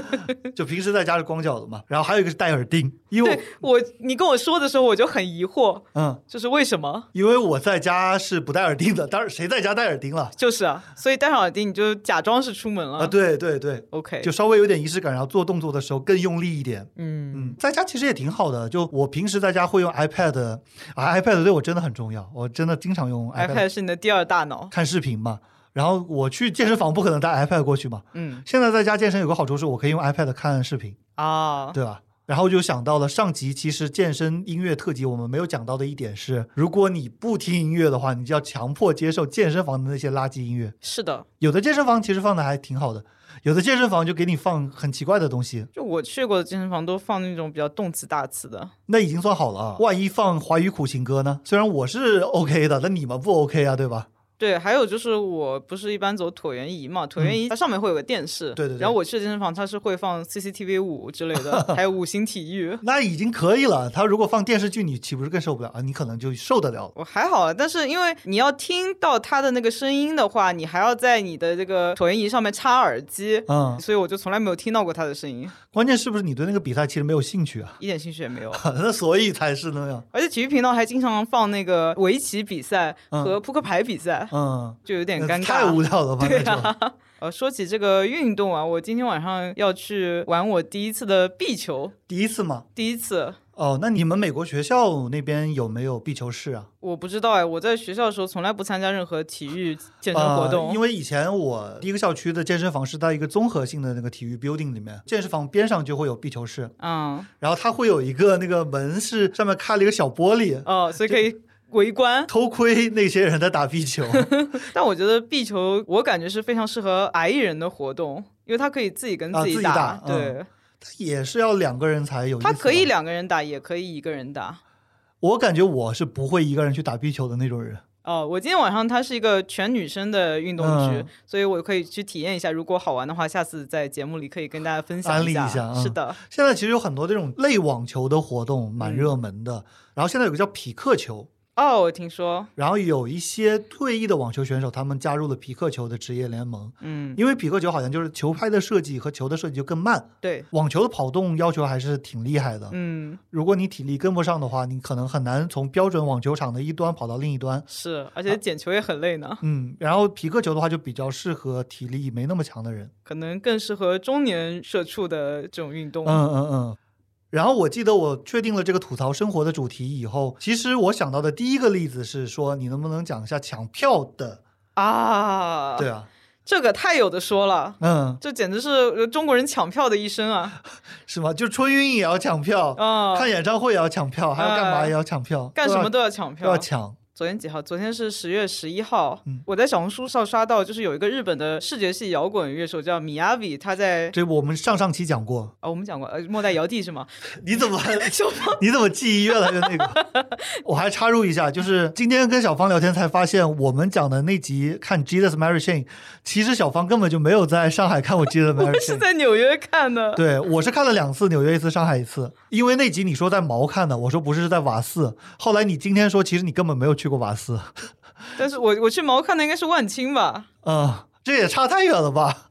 [SPEAKER 2] 就平时在家是光脚的嘛。然后还有一个是戴耳钉，因为
[SPEAKER 3] 对我，你跟我说的时候我就很疑惑，
[SPEAKER 2] 我嗯，
[SPEAKER 3] 就是为什么？
[SPEAKER 2] 因为我在家是不戴耳钉的，当然谁在家戴耳钉了
[SPEAKER 3] 就是啊，所以戴上耳钉你就假装是出门了。
[SPEAKER 2] 啊？对对对，
[SPEAKER 3] ，OK，
[SPEAKER 2] 就稍微有点仪式感，然后做动作的时候更用力一点。
[SPEAKER 3] 嗯
[SPEAKER 2] 嗯，在家其实也挺好的。就我平时在家会用 iPad，啊，iPad 对我真的很重要，我真的经常用 iPad
[SPEAKER 3] ，iPad 是你的第二大脑。
[SPEAKER 2] 看视频嘛。然后我去健身房不可能带 iPad 过去嘛，
[SPEAKER 3] 嗯
[SPEAKER 2] 现在在家健身有个好处是，我可以用 iPad 看视频，
[SPEAKER 3] 啊，
[SPEAKER 2] 对吧？然后就想到了上集，其实健身音乐特辑我们没有讲到的一点是，如果你不听音乐的话，你就要强迫接受健身房的那些垃圾音乐。
[SPEAKER 3] 是的，
[SPEAKER 2] 有的健身房其实放的还挺好的，有的健身房就给你放很奇怪的东西，
[SPEAKER 3] 就我去过的健身房都放那种比较动词大词的。
[SPEAKER 2] 那已经算好了啊。万一放华语苦情歌呢？虽然我是 OK 的，但你们不 OK 啊，对吧？
[SPEAKER 3] 对，还有就是我不是一般走椭圆仪嘛，椭圆仪它上面会有个电视，
[SPEAKER 2] 嗯对对对
[SPEAKER 3] 然后我去的健身房它是会放 CCTV 五之类 的，还有五星体育。
[SPEAKER 2] 那已经可以了。他如果放电视剧，你岂不是更受不了啊？你可能就受得了了。
[SPEAKER 3] 我还好，啊但是因为你要听到它的那个声音的话，你还要在你的这个椭圆仪上面插耳机，
[SPEAKER 2] 嗯，
[SPEAKER 3] 所以我就从来没有听到过它的声音，
[SPEAKER 2] 关键是不是你对那个比赛其实没有兴趣啊？
[SPEAKER 3] 一点兴趣也没有。
[SPEAKER 2] 那 所以才是那样。
[SPEAKER 3] 而且体育频道还经常放那个围棋比赛
[SPEAKER 2] 嗯
[SPEAKER 3] 和扑克牌比赛，
[SPEAKER 2] 嗯，
[SPEAKER 3] 就有点
[SPEAKER 2] 那
[SPEAKER 3] 尴尬。
[SPEAKER 2] 太无聊了吧？
[SPEAKER 3] 对
[SPEAKER 2] 那就
[SPEAKER 3] 啊，呃，说起这个运动啊，我今天晚上要去玩我第一次的壁球，
[SPEAKER 2] 第一次嘛。
[SPEAKER 3] 第一次。
[SPEAKER 2] 哦，那你们美国学校那边有没有壁球室啊？
[SPEAKER 3] 我不知道哎，我在学校的时候从来不参加任何体育健身活动。
[SPEAKER 2] 呃因为以前我第一个校区的健身房是在一个综合性的那个体育 building 里面，健身房边上就会有壁球室，
[SPEAKER 3] 嗯
[SPEAKER 2] 然后它会有一个那个门是上面开了一个小玻璃，
[SPEAKER 3] 哦，所以可以围观。
[SPEAKER 2] 偷窥那些人在打 壁球。
[SPEAKER 3] 但我觉得壁球，我感觉是非常适合矮人的活动，因为他可以自己跟
[SPEAKER 2] 啊
[SPEAKER 3] 自己
[SPEAKER 2] 自己
[SPEAKER 3] 打。
[SPEAKER 2] 打
[SPEAKER 3] 对，
[SPEAKER 2] 也是要两个人才有意思
[SPEAKER 3] 他
[SPEAKER 2] 吧。
[SPEAKER 3] 可以两个人打，也可以一个人打。
[SPEAKER 2] 我感觉我是不会一个人去打壁球的那种人。
[SPEAKER 3] 哦，我今天晚上它是一个全女生的运动局，
[SPEAKER 2] 嗯
[SPEAKER 3] 所以我可以去体验一下。如果好玩的话，下次在节目里可以跟大家分享
[SPEAKER 2] 安利
[SPEAKER 3] 下。
[SPEAKER 2] 一下嗯
[SPEAKER 3] 是的，
[SPEAKER 2] 现在其实有很多这种类网球的活动，蛮热门的。然后现在有个叫匹克球，
[SPEAKER 3] 哦，我听说，
[SPEAKER 2] 然后有一些退役的网球选手，他们加入了皮克球的职业联盟，
[SPEAKER 3] 嗯，
[SPEAKER 2] 因为皮克球好像就是球拍的设计和球的设计就更慢，
[SPEAKER 3] 对，
[SPEAKER 2] 网球的跑动要求还是挺厉害的。
[SPEAKER 3] 嗯，
[SPEAKER 2] 如果你体力跟不上的话，你可能很难从标准网球场的一端跑到另一端。
[SPEAKER 3] 是，
[SPEAKER 2] 啊
[SPEAKER 3] 而且捡球也很累呢，
[SPEAKER 2] 嗯，然后皮克球的话就比较适合体力没那么强的人。
[SPEAKER 3] 可能更适合中年社畜的这种运动。
[SPEAKER 2] 嗯嗯嗯。然后我记得我确定了这个吐槽生活的主题以后，其实我想到的第一个例子是说，你能不能讲一下抢票的？
[SPEAKER 3] 啊，
[SPEAKER 2] 对，啊，
[SPEAKER 3] 这个太有的说了。
[SPEAKER 2] 嗯，
[SPEAKER 3] 这简直是呃中国人抢票的一生啊！
[SPEAKER 2] 是吗？就春运也要抢票，
[SPEAKER 3] 啊、
[SPEAKER 2] 看演唱会也要抢票，还要啊干嘛也要抢票，
[SPEAKER 3] 干什么
[SPEAKER 2] 都
[SPEAKER 3] 都要抢
[SPEAKER 2] 要
[SPEAKER 3] 票。
[SPEAKER 2] 都要啊抢。
[SPEAKER 3] 昨天几号？昨天是十月十一号。
[SPEAKER 2] 嗯
[SPEAKER 3] 我在小红书上刷到，就是有一个日本的视觉系摇滚乐手叫米亚比，他在
[SPEAKER 2] 这我们上上期讲 过，
[SPEAKER 3] 啊、我们讲过，呃，末代尧帝是 吗？
[SPEAKER 2] 你怎么
[SPEAKER 3] 小芳，
[SPEAKER 2] 你怎么记忆越来越那个？ 我还插入一下，就是今天跟小芳聊天才发现，我们讲的那集看《Jesus Mary Chain》，其实小芳根本就没有在上海看过《Jesus
[SPEAKER 3] 我
[SPEAKER 2] Mary
[SPEAKER 3] 是
[SPEAKER 2] Chain》。
[SPEAKER 3] 在纽约看的。
[SPEAKER 2] 对，我是看了两次，纽约一次，上海一次。因为那集你说在毛看的，我说不是，是在瓦寺。后来你今天说，其实你根本没有去过瓦寺，
[SPEAKER 3] 但是我我去毛看的应该是万青吧，
[SPEAKER 2] 嗯，这也差太远了吧？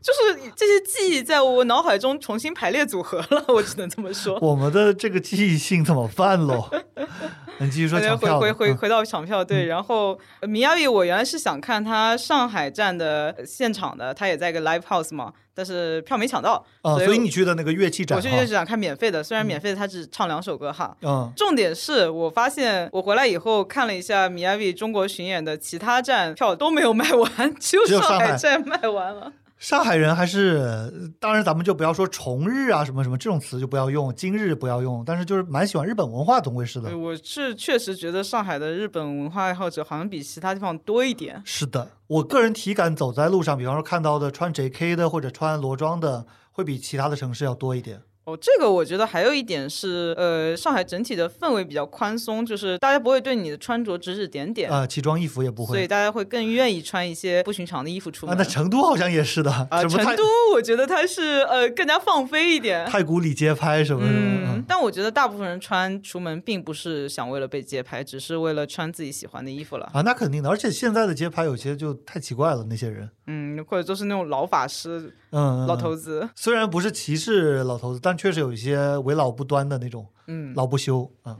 [SPEAKER 3] 就是这些记忆在我脑海中重新排列组合了， 我只能这么说。
[SPEAKER 2] 我们的这个记忆性怎么办喽？ 你继续说抢
[SPEAKER 3] 回
[SPEAKER 2] 票的。
[SPEAKER 3] 回回
[SPEAKER 2] 嗯
[SPEAKER 3] 回到抢票，对，然后呃米亚比我原来是想看他上海站的呃现场的，他也在一个 live house 嘛，但是票没抢到，
[SPEAKER 2] 啊，
[SPEAKER 3] 所
[SPEAKER 2] 所以
[SPEAKER 3] 我
[SPEAKER 2] 你去的那个乐器展
[SPEAKER 3] 我去就是
[SPEAKER 2] 哈，
[SPEAKER 3] 想看免费的，虽然免费的他只唱两首歌哈。
[SPEAKER 2] 嗯
[SPEAKER 3] 重点是我发现我回来以后看了一下米亚比中国巡演的其他站票都没有卖完， 只有
[SPEAKER 2] 只有上
[SPEAKER 3] 上海
[SPEAKER 2] 海
[SPEAKER 3] 站卖完了。
[SPEAKER 2] 上海人还是，呃当然咱们就不要说重日啊什么什么这种词就不要用，今日不要用，但是就是蛮喜欢日本文化，总归是的
[SPEAKER 3] 对，。我是确实觉得上海的日本文化爱好者好像比其他地方多一点。
[SPEAKER 2] 是的，我个人体感走在路上，比方说看到的穿 J.K. 的或者穿裸装的，会比其他的城市要多一点。
[SPEAKER 3] 哦，这个我觉得还有一点是，呃，上海整体的氛围比较宽松，就是大家不会对你的穿着指指点点，
[SPEAKER 2] 呃，奇装异服也不
[SPEAKER 3] 所以
[SPEAKER 2] 会。
[SPEAKER 3] 大家会更愿意穿一些不寻常的衣服出
[SPEAKER 2] 啊
[SPEAKER 3] 门。，
[SPEAKER 2] 那成都好像也是的，
[SPEAKER 3] 啊、
[SPEAKER 2] 什么
[SPEAKER 3] 成
[SPEAKER 2] 太
[SPEAKER 3] 都我觉得它是呃更加放飞一 点。
[SPEAKER 2] 太古里街拍什么什 么，
[SPEAKER 3] 嗯
[SPEAKER 2] 嗯，
[SPEAKER 3] 但我觉得大部分人穿出门并不是想为了被街拍，只是为了穿自己喜欢的衣服了。
[SPEAKER 2] 啊，那肯定的。而且现在的街拍有些就太奇怪了，那些人，
[SPEAKER 3] 嗯，或者都是那种老法师、
[SPEAKER 2] 嗯，嗯
[SPEAKER 3] 老
[SPEAKER 2] 嗯
[SPEAKER 3] 头子。
[SPEAKER 2] 虽然不是歧视老头子，但确实有一些为老不端的那种
[SPEAKER 3] 嗯，
[SPEAKER 2] 老不休啊。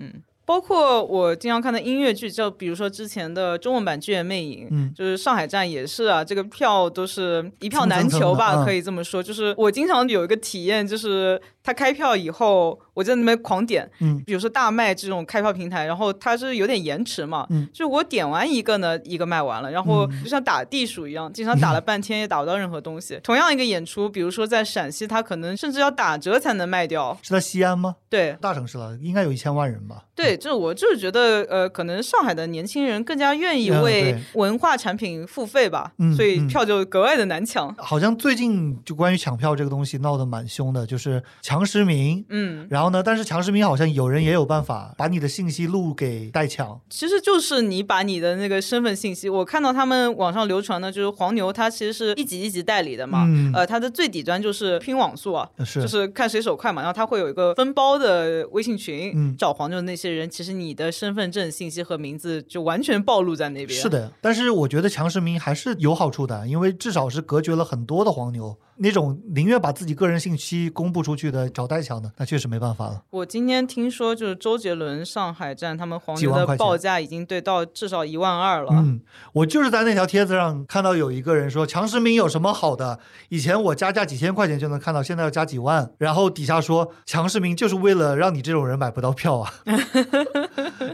[SPEAKER 3] 包括我经常看的音乐剧，就比如说之前的中文版《剧院魅影》，
[SPEAKER 2] 嗯
[SPEAKER 3] 就是上海站也是啊，这个票都是一票难
[SPEAKER 2] 蹭蹭蹭
[SPEAKER 3] 求
[SPEAKER 2] 的
[SPEAKER 3] 吧，
[SPEAKER 2] 嗯
[SPEAKER 3] 可以这么说。就是我经常有一个体验，就是他开票以后，我在那边狂点，
[SPEAKER 2] 嗯
[SPEAKER 3] 比如说大麦这种开票平台，然后它是有点延迟嘛，
[SPEAKER 2] 嗯
[SPEAKER 3] 就我点完一个呢，一个卖完了，然后就像打地鼠一样，经常打了半天也打不到任何东西。同样一个演出，比如说在陕西，它可能甚至要打折才能卖掉，
[SPEAKER 2] 是在西安吗？
[SPEAKER 3] 对，
[SPEAKER 2] 大城市了，应该有一千万人吧？
[SPEAKER 3] 对，这我就是觉得，呃，可能上海的年轻人更加愿意
[SPEAKER 2] 嗯
[SPEAKER 3] 为
[SPEAKER 2] 对
[SPEAKER 3] 文化产品付费吧，
[SPEAKER 2] 嗯
[SPEAKER 3] 所以
[SPEAKER 2] 嗯
[SPEAKER 3] 票就格外的难抢。
[SPEAKER 2] 好像最近就关于抢票这个东西闹得蛮凶的，就是强实名。
[SPEAKER 3] 嗯，
[SPEAKER 2] 然后呢，但是强实名好像有人也有办法把你的信息录给代抢。
[SPEAKER 3] 其实就是你把你的那个身份信息，我看到他们网上流传的，就是黄牛，它其实是一级一级代理的嘛，
[SPEAKER 2] 嗯
[SPEAKER 3] 呃，它的最底端就是拼网速啊，
[SPEAKER 2] 是，
[SPEAKER 3] 就是看谁手快嘛，然后他会有一个分包的微信群，
[SPEAKER 2] 嗯
[SPEAKER 3] 找黄牛的那些人，其实你的身份证信息和名字就完全暴露在那边。
[SPEAKER 2] 是的，但是我觉得强实名还是有好处的，因为至少是隔绝了很多的黄牛，那种宁愿把自己个人信息公布出去的找代抢的，那确实没办法了。
[SPEAKER 3] 我今天听说，就是周杰伦上海站他们黄
[SPEAKER 2] 几
[SPEAKER 3] 牛
[SPEAKER 2] 万
[SPEAKER 3] 的
[SPEAKER 2] 块钱
[SPEAKER 3] 报价已经对到至少一万二了。
[SPEAKER 2] 嗯，我就是在那条帖子上看到有一个人说强实名有什么好的？以前我加价几千块钱就能看到，现在要加几万。然后底下说强实名就是为了让你这种人买不到票啊，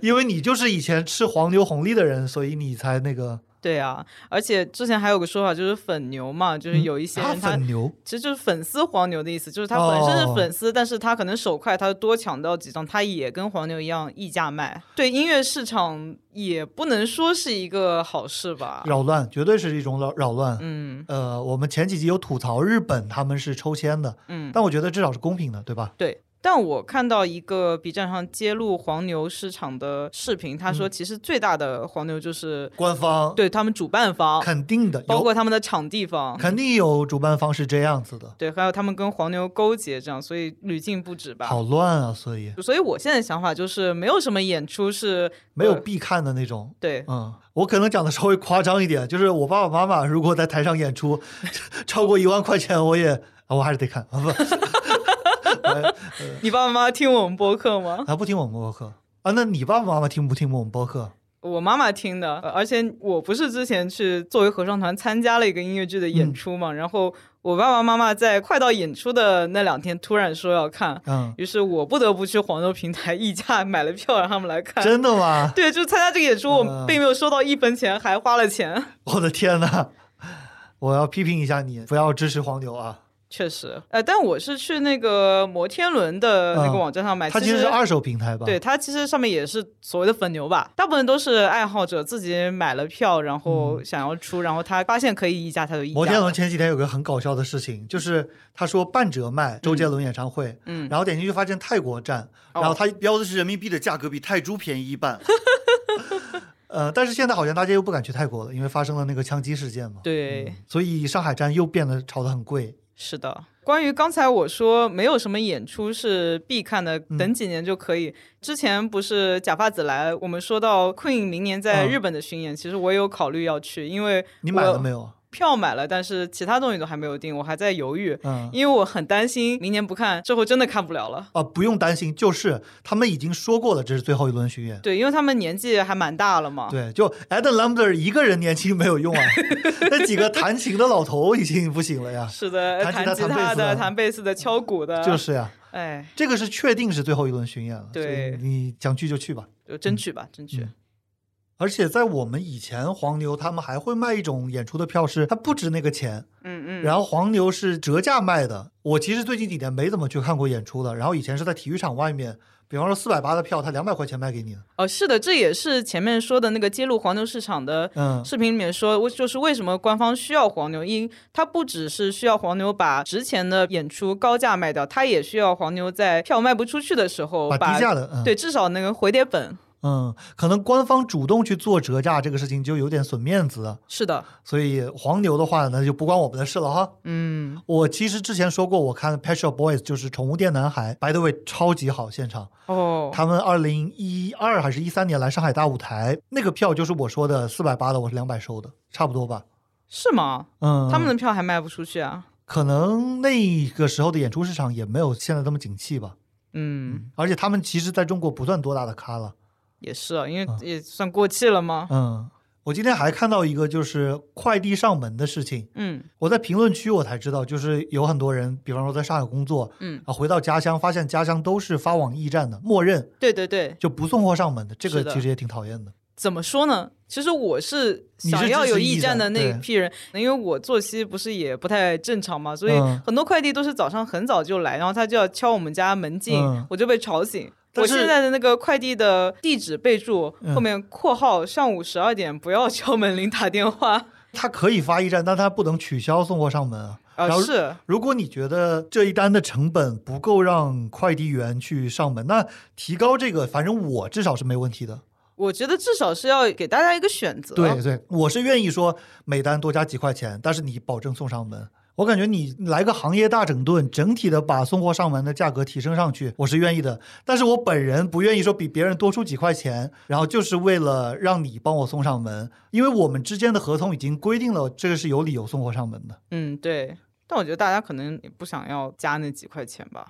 [SPEAKER 2] 因为你就是以前吃黄牛红利的人，所以你才那个
[SPEAKER 3] 对啊，而且之前还有个说法就是粉牛嘛，就是有一些
[SPEAKER 2] 他
[SPEAKER 3] 人他、
[SPEAKER 2] 嗯啊粉牛。
[SPEAKER 3] 其实就是粉丝黄牛的意思，就是他
[SPEAKER 2] 哦
[SPEAKER 3] 本身是粉丝，但是他可能手快，他多抢到几张，他也跟黄牛一样溢价卖。对音乐市场也不能说是一个好事吧。
[SPEAKER 2] 扰乱，绝对是一种扰扰乱。
[SPEAKER 3] 啊嗯
[SPEAKER 2] 呃，我们前几集有吐槽日本他们是抽签的，
[SPEAKER 3] 嗯，
[SPEAKER 2] 但我觉得至少是公平的，对吧？
[SPEAKER 3] 对。但我看到一个 B 站上揭露黄牛市场的视频，他
[SPEAKER 2] 嗯
[SPEAKER 3] 说其实最大的黄牛就是
[SPEAKER 2] 官方
[SPEAKER 3] 对他们主办方，
[SPEAKER 2] 肯定的，
[SPEAKER 3] 包
[SPEAKER 2] 有
[SPEAKER 3] 括他们的场地方，
[SPEAKER 2] 肯定有主办方是这样子的，
[SPEAKER 3] 对，还有他们跟黄牛勾结这样，所以屡禁不止吧。
[SPEAKER 2] 好乱啊！所以
[SPEAKER 3] 所以我现在想法就是，没有什么演出是
[SPEAKER 2] 没有
[SPEAKER 3] 呃
[SPEAKER 2] 必看的那种。
[SPEAKER 3] 对，
[SPEAKER 2] 嗯，我可能讲的稍微夸张一点，就是我爸爸妈妈如果在台上演出超过一万块钱，我也啊我还是得看啊不呃
[SPEAKER 3] 你爸爸妈妈听我们播客吗？
[SPEAKER 2] 啊不听我们播客啊？那你爸爸妈妈听不听我们播客？
[SPEAKER 3] 我妈妈听的，呃而且我不是之前去作为合唱团参加了一个音乐剧的
[SPEAKER 2] 嗯
[SPEAKER 3] 演出嘛，然后我爸爸妈妈在快到演出的那两天突然说要看，
[SPEAKER 2] 嗯，
[SPEAKER 3] 于是我不得不去黄牛平台溢价买了票让他们来看。
[SPEAKER 2] 真的吗？
[SPEAKER 3] 对，就参加这个演出，我
[SPEAKER 2] 嗯
[SPEAKER 3] 并没有收到一分钱，还花了钱。
[SPEAKER 2] 我的天呐，我要批评一下你，不要支持黄牛啊！
[SPEAKER 3] 确实，呃，但我是去那个摩天轮的那个
[SPEAKER 2] 嗯
[SPEAKER 3] 网站上买，
[SPEAKER 2] 它其实是二手平台吧？
[SPEAKER 3] 哎对，它其实上面也是所谓的粉牛吧，大部分都是爱好者自己买了票，然后想要出，然后他发现可以议价，他就议价。
[SPEAKER 2] 嗯摩天轮，前几天有个很搞笑的事情，就是他说半折卖周杰伦演唱会，
[SPEAKER 3] 嗯
[SPEAKER 2] 然后点进去发现泰国站，
[SPEAKER 3] 哦
[SPEAKER 2] 然后他、
[SPEAKER 4] 标的是人民币的价格比泰铢便宜一半。
[SPEAKER 2] 呃，但是现在好像大家又不敢去泰国了，因为发生了那个枪击事件嘛，
[SPEAKER 3] 对，
[SPEAKER 2] 所以上海站又变得炒得很贵。
[SPEAKER 3] 是的。关于刚才我说没有什么演出是必看的，
[SPEAKER 2] 嗯
[SPEAKER 3] 等几年就可以。之前不是假发子来，我们说到 Queen 明年在
[SPEAKER 2] 嗯
[SPEAKER 3] 日本的巡演，其实我有考虑要去，因为
[SPEAKER 2] 你买
[SPEAKER 3] 我
[SPEAKER 2] 了没有？
[SPEAKER 3] 票买了，但是其他东西都还没有定，我还在犹豫，
[SPEAKER 2] 嗯。
[SPEAKER 3] 因为我很担心明年不看，这回真的看不了了。
[SPEAKER 2] 啊，不用担心，就是他们已经说过了，这是最后一轮巡演。
[SPEAKER 3] 对，因为他们年纪还蛮大了嘛。
[SPEAKER 2] 对，就 Adam Lambert 一个人年轻没有 用啊，那几个弹琴的老头已经不行 了呀。
[SPEAKER 3] 是的，
[SPEAKER 2] 弹吉
[SPEAKER 3] 弹
[SPEAKER 2] 他
[SPEAKER 3] 吉
[SPEAKER 2] 弹贝
[SPEAKER 3] 他
[SPEAKER 2] 斯
[SPEAKER 3] 的、
[SPEAKER 2] 的
[SPEAKER 3] 弹贝斯的、敲鼓的，
[SPEAKER 2] 就是呀，
[SPEAKER 3] 哎，
[SPEAKER 2] 这个是确定是最后一轮巡演了。所以
[SPEAKER 3] 对
[SPEAKER 2] 你想去就去吧。
[SPEAKER 3] 就争取吧，争取。
[SPEAKER 2] 嗯而且在我们以前，黄牛他们还会卖一种演出的票，是它不值那个钱，
[SPEAKER 3] 嗯嗯，
[SPEAKER 2] 然后黄牛是折价卖的。我其实最近几年没怎么去看过演出了，然后以前是在体育场外面，比方说四百八的票，他两百块钱卖给你的。
[SPEAKER 3] 哦，是的，这也是前面说的那个揭露黄牛市场的。
[SPEAKER 2] 嗯，
[SPEAKER 3] 视频里面说，我就是为什么官方需要黄牛，因它不只是需要黄牛把值钱的演出高价卖掉，它也需要黄牛在票卖不出去的时候
[SPEAKER 2] 把低价的，嗯，
[SPEAKER 3] 对，至少那个回点本。
[SPEAKER 2] 嗯，可能官方主动去做折价这个事情就有点损面子，啊
[SPEAKER 3] 是的，
[SPEAKER 2] 所以黄牛的话呢就不关我们的事了哈。
[SPEAKER 3] 嗯，
[SPEAKER 2] 我其实之前说过，我看 Pet Shop Boys 就是宠物店男孩，by the way 超级好现场，
[SPEAKER 3] 哦，
[SPEAKER 2] 他们二零一二还是一三年来上海大舞台，那个票就是我说的四百八的，我是两百收的，差不多吧。
[SPEAKER 3] 是吗？
[SPEAKER 2] 嗯，
[SPEAKER 3] 他们的票还卖不出去啊？
[SPEAKER 2] 可能那个时候的演出市场也没有现在这么景气吧。
[SPEAKER 3] 嗯，
[SPEAKER 2] 而且他们其实在中国不算多大的咖了。
[SPEAKER 3] 也是啊，因为
[SPEAKER 2] 嗯
[SPEAKER 3] 也算过气了吗？
[SPEAKER 2] 嗯，我今天还看到一个就是快递上门的事情，
[SPEAKER 3] 嗯
[SPEAKER 2] 我在评论区我才知道，就是有很多人，比方说在上海工作
[SPEAKER 3] 嗯，
[SPEAKER 2] 啊，回到家乡发现家乡都是发往驿站的，默认
[SPEAKER 3] 对对对，
[SPEAKER 2] 就不送货上门的，这
[SPEAKER 3] 是
[SPEAKER 2] 个
[SPEAKER 3] 的
[SPEAKER 2] 其实也挺讨厌的。
[SPEAKER 3] 怎么说呢？其实我是
[SPEAKER 2] 你是
[SPEAKER 3] 想要
[SPEAKER 2] 支持
[SPEAKER 3] 有
[SPEAKER 2] 驿
[SPEAKER 3] 驿站
[SPEAKER 2] 站
[SPEAKER 3] 的那一
[SPEAKER 2] 对
[SPEAKER 3] 批人，因为我作息不是也不太正常嘛，所以
[SPEAKER 2] 嗯
[SPEAKER 3] 很多快递都是早上很早就来，然后他就要敲我们家门禁，
[SPEAKER 2] 嗯
[SPEAKER 3] 我就被吵醒。
[SPEAKER 2] 但
[SPEAKER 3] 我
[SPEAKER 2] 是
[SPEAKER 3] 现在的那个快递的地址备注、
[SPEAKER 2] 嗯
[SPEAKER 3] 后面括号上午十二点不要敲门铃打电话。
[SPEAKER 2] 他可以发驿站，但他不能取消送货上门啊。然
[SPEAKER 3] 啊，
[SPEAKER 2] 后
[SPEAKER 3] 是
[SPEAKER 2] 如果你觉得这一单的成本不够让快递员去上门，那提高这个，反正我至少是没问题的。
[SPEAKER 3] 我觉得至少是要给大家一个选择。
[SPEAKER 2] 对对，我是愿意说每单多加几块钱，但是你保证送上门。我感觉你来个行业大整顿，整体的把送货上门的价格提升上去，我是愿意的。但是我本人不愿意说比别人多出几块钱，然后就是为了让你帮我送上门，因为我们之间的合同已经规定了，这个是有理由送货上门的。
[SPEAKER 3] 嗯对，但我觉得大家可能也不想要加那几块钱吧。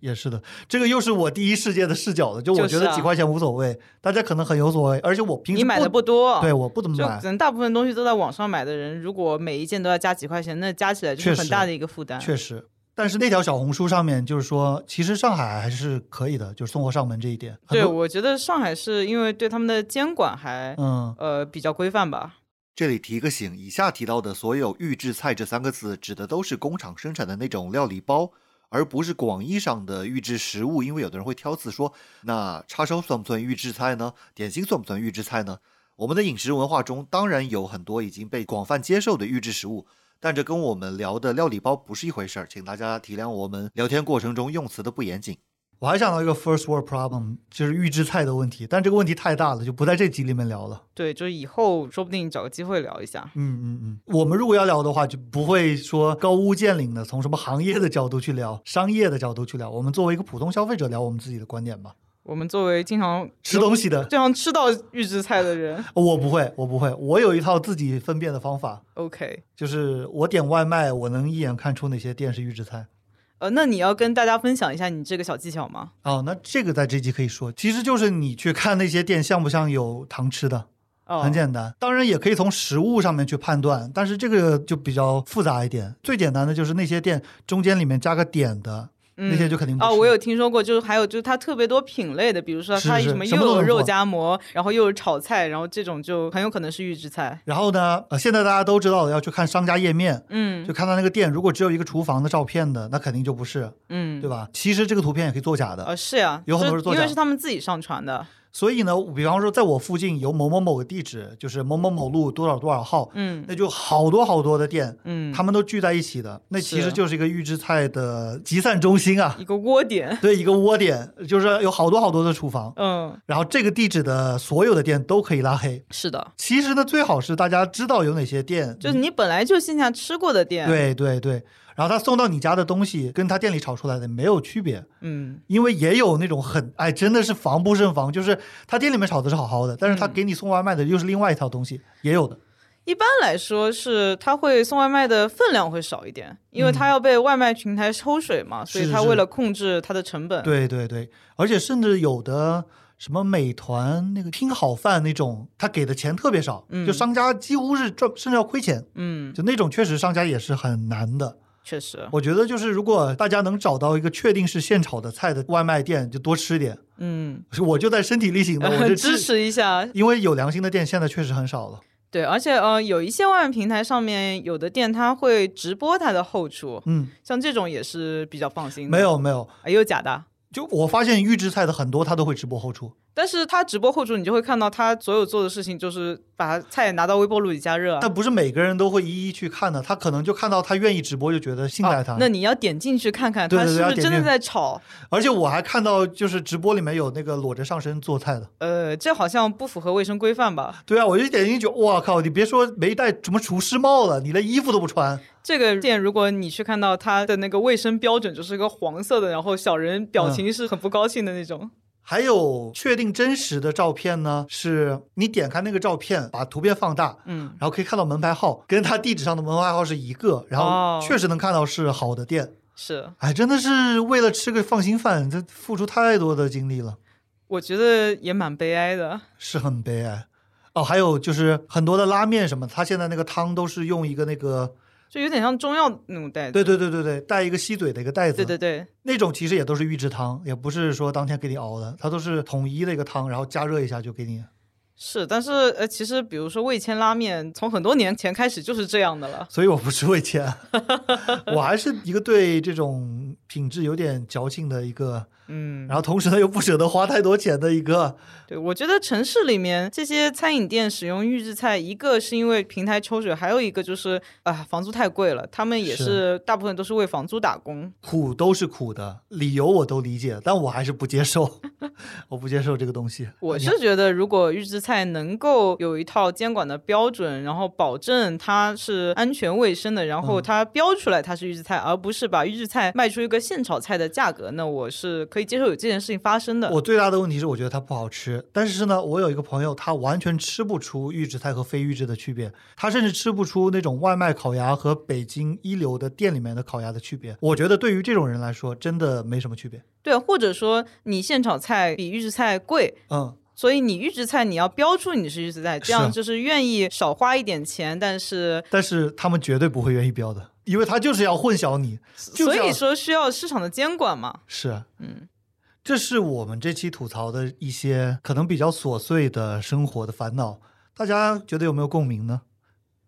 [SPEAKER 2] 也是的，这个又是我第一世界的视角了。就我
[SPEAKER 3] 就是
[SPEAKER 2] 觉
[SPEAKER 3] 啊
[SPEAKER 2] 得几块钱无所谓，大家可能很有所谓，而且我平时
[SPEAKER 3] 你买的不多，
[SPEAKER 2] 对，我不怎么
[SPEAKER 3] 就可
[SPEAKER 2] 买。
[SPEAKER 3] 能大部分东西都在网上买的人，如果每一件都要加几块钱，那加起来就是
[SPEAKER 2] 确
[SPEAKER 3] 很
[SPEAKER 2] 实
[SPEAKER 3] 大的一个负担。
[SPEAKER 2] 确实，但是那条小红书上面就是说，其实上海还是可以的，就是送货上门这一点。很
[SPEAKER 3] 对，
[SPEAKER 2] 多
[SPEAKER 3] 我觉得上海是因为对他们的监管还、
[SPEAKER 2] 嗯，
[SPEAKER 3] 呃比较规范吧。
[SPEAKER 4] 这里提个醒，以下提到的所有“预制菜”这三个字，指的都是工厂生产的那种料理包，而不是广义上的预制食物。因为有的人会挑刺说，那叉烧算不算预制菜呢？点心算不算预制菜呢？我们的饮食文化中当然有很多已经被广泛接受的预制食物，但这跟我们聊的料理包不是一回事儿，请大家体谅我们聊天过程中用词的不严谨。
[SPEAKER 2] 我还想到一个 first world problem，就是预制菜的问题，但这个问题太大了，就不在这集里面聊了。
[SPEAKER 3] 对，就是以后说不定找个机会聊一下。
[SPEAKER 2] 嗯嗯嗯，我们如果要聊的话，就不会说高屋建瓴的，从什么行业的角度去聊，商业的角度去聊。我们作为一个普通消费者聊我们自己的观点吧。
[SPEAKER 3] 我们作为经常
[SPEAKER 2] 吃东西的，
[SPEAKER 3] 经常吃到预制菜的人
[SPEAKER 2] 我不会，我不会，我有一套自己分辨的方法，
[SPEAKER 3] ，OK，
[SPEAKER 2] 就是我点外卖，我能一眼看出哪些店是预制菜。
[SPEAKER 3] 呃，那你要跟大家分享一下你这个小技巧吗？
[SPEAKER 2] 哦，那这个在这集可以说，其实就是你去看那些店像不像有糖吃的，
[SPEAKER 3] 哦，
[SPEAKER 2] 很简单。当然也可以从食物上面去判断，但是这个就比较复杂一点。最简单的就是那些店中间里面加个点的，
[SPEAKER 3] 嗯
[SPEAKER 2] 那些就肯定不
[SPEAKER 3] 哦，
[SPEAKER 2] 吃
[SPEAKER 3] 我有听说过，就是还有就是它特别多品类的，比如说
[SPEAKER 2] 是
[SPEAKER 3] 它
[SPEAKER 2] 是
[SPEAKER 3] 什么
[SPEAKER 2] 什
[SPEAKER 3] 又
[SPEAKER 2] 么都
[SPEAKER 3] 有
[SPEAKER 2] 能
[SPEAKER 3] 肉
[SPEAKER 2] 做
[SPEAKER 3] 夹馍，然后又有炒菜，然后这种就很有可能是预制菜。
[SPEAKER 2] 然后呢，呃，现在大家都知道了，要去看商家页面，
[SPEAKER 3] 嗯
[SPEAKER 2] 就看到那个店如果只有一个厨房的照片的，那肯定就不是，
[SPEAKER 3] 嗯，
[SPEAKER 2] 对吧？其实这个图片也可以作假的。
[SPEAKER 3] 呃，是呀，
[SPEAKER 2] 有很
[SPEAKER 3] 就
[SPEAKER 2] 多是作
[SPEAKER 3] 因为
[SPEAKER 2] 假
[SPEAKER 3] 是他们自己上传的。
[SPEAKER 2] 所以呢，比方说在我附近有某某某个地址，就是某某某路多少多少号，
[SPEAKER 3] 嗯
[SPEAKER 2] 那就好多好多的店，
[SPEAKER 3] 嗯，
[SPEAKER 2] 他们都聚在一起的，那其
[SPEAKER 3] 是嗯
[SPEAKER 2] 实就是一个预制菜的集散中心啊
[SPEAKER 3] 一。个窝点。
[SPEAKER 2] 对，一个窝点，就是有好多好多的厨房，
[SPEAKER 3] 嗯，
[SPEAKER 2] 然后这个地址的所有的店都可以拉黑。
[SPEAKER 3] 是的，
[SPEAKER 2] 其实呢，最好是大家知道有哪些店，
[SPEAKER 3] 就是你本来就线下吃过的店。，
[SPEAKER 2] 嗯对对对，然后他送到你家的东西跟他店里炒出来的没有区别，
[SPEAKER 3] 嗯
[SPEAKER 2] 因为也有那种很哎，真的是防不胜防，就是他店里面炒的是好好的，但是他
[SPEAKER 3] 嗯
[SPEAKER 2] 给你送外卖的又是另外一套东西，也有的。，
[SPEAKER 3] 一般来说是他会送外卖的分量会少一点，因为他
[SPEAKER 2] 嗯
[SPEAKER 3] 要被外卖平台抽水嘛，所以
[SPEAKER 2] 是
[SPEAKER 3] 他
[SPEAKER 2] 是
[SPEAKER 3] 为了控制它的成本。
[SPEAKER 2] 对对对，而且甚至有的什么美团那个拼好饭那种，他给的钱特别少，
[SPEAKER 3] 嗯
[SPEAKER 2] 就商家几乎是赚，甚至要亏钱，
[SPEAKER 3] 嗯，
[SPEAKER 2] 就那种确实商家也是很难的。
[SPEAKER 3] 确实，
[SPEAKER 2] 我觉得就是如果大家能找到一个确定是现炒的菜的外卖店，就多吃点。
[SPEAKER 3] 嗯，
[SPEAKER 2] 我就在身体力行 的，我就
[SPEAKER 3] 支
[SPEAKER 2] 吃
[SPEAKER 3] 持一下。
[SPEAKER 2] 因为有良心的店现在确实很少了。
[SPEAKER 3] 对，而且呃，有一些外卖平台上面有的店它会直播它的后厨，
[SPEAKER 2] 嗯，
[SPEAKER 3] 像这种也是比较放心的。
[SPEAKER 2] 没有没有，
[SPEAKER 3] 哎，也有假的。
[SPEAKER 2] 就我发现预制菜的很多，它都会直播后厨。
[SPEAKER 3] 但是他直播后厨，你就会看到他所有做的事情，就是把菜拿到微波炉里加热啊。
[SPEAKER 2] 但不是每个人都会一一去看的，他可能就看到他愿意直播，就觉得信赖他。
[SPEAKER 3] 哦那你要点进去看看，
[SPEAKER 2] 对
[SPEAKER 3] 他
[SPEAKER 2] 对对
[SPEAKER 3] 是不
[SPEAKER 2] 要
[SPEAKER 3] 是
[SPEAKER 2] 点
[SPEAKER 3] 真的
[SPEAKER 2] 进去
[SPEAKER 3] 在炒？
[SPEAKER 2] 而且我还看到，就是直播里面有那个裸着上身做菜的。
[SPEAKER 3] 呃，这好像不符合卫生规范吧？
[SPEAKER 2] 对啊，我就点进去，哇靠！你别说没戴什么厨师帽了，你连衣服都不穿。
[SPEAKER 3] 这个店，如果你去看到它的那个卫生标准就是个黄色的，然后小人
[SPEAKER 2] 嗯
[SPEAKER 3] 表情是很不高兴的那种。
[SPEAKER 2] 还有确定真实的照片呢，是你点开那个照片，把图片放大，
[SPEAKER 3] 嗯，
[SPEAKER 2] 然后可以看到门牌号，跟他地址上的门牌号是一个，然
[SPEAKER 3] 哦
[SPEAKER 2] 后确实能看到是好的店。
[SPEAKER 3] 是，
[SPEAKER 2] 哎，真的是为了吃个放心饭，这付出太多的精力了，
[SPEAKER 3] 我觉得也蛮悲哀的。
[SPEAKER 2] 是很悲哀。哦，还有就是很多的拉面什么，它现在那个汤都是用一个那个，
[SPEAKER 3] 就有点像中药那种袋子。
[SPEAKER 2] 对对对对对，带一个吸嘴的一个袋子，
[SPEAKER 3] 对对对，
[SPEAKER 2] 那种其实也都是预制汤，也不是说当天给你熬的，它都是统一的一个汤，然后加热一下就给你。
[SPEAKER 3] 是。但是呃，其实比如说味千拉面，从很多年前开始就是这样的了。
[SPEAKER 2] 所以我不吃 味千，我还是一个对这种品质有点矫情的一个，
[SPEAKER 3] 嗯
[SPEAKER 2] 然，后同时呢又不舍得花太多钱的一个。
[SPEAKER 3] 对，我觉得城市里面这些餐饮店使用预制菜，一个是因为平台抽水，还有一个就是啊、房租太贵了，他们也
[SPEAKER 2] 是
[SPEAKER 3] 是大部分都是为房租打工。
[SPEAKER 2] 苦都是苦的，理由我都理解，但我还是不接受， 我不接受这个东西。
[SPEAKER 3] 我
[SPEAKER 2] 你
[SPEAKER 3] 是觉得，如果预制菜能够有一套监管的标准，然后保证它是安全卫生的，然后
[SPEAKER 2] 嗯
[SPEAKER 3] 它标出来它是预制菜，而不是把预制菜卖出一个现炒菜的价格，那我是可以接受有这件事情发生 的。
[SPEAKER 2] 我最大的问题是，我觉得它不好吃。但是呢，我有一个朋友，他完全吃不出预制菜和非预制的区别，他甚至吃不出那种外卖烤鸭和北京一流的店里面的烤鸭的区别。我觉得对于这种人来说，真的没什么区别。
[SPEAKER 3] 对啊，或者说你现炒菜比预制菜贵，
[SPEAKER 2] 嗯，
[SPEAKER 3] 所以你预制菜你要标出你是预制菜，这样
[SPEAKER 2] 是
[SPEAKER 3] 就是愿意少花一点钱，但是
[SPEAKER 2] 但是他们绝对不会愿意标的，因为他就是要混淆你。就
[SPEAKER 3] 所
[SPEAKER 2] 这
[SPEAKER 3] 以
[SPEAKER 2] 样
[SPEAKER 3] 说需要市场的监管嘛。
[SPEAKER 2] 是，啊
[SPEAKER 3] 嗯，
[SPEAKER 2] 这是我们这期吐槽的一些可能比较琐碎的生活的烦恼，大家觉得有没有共鸣呢？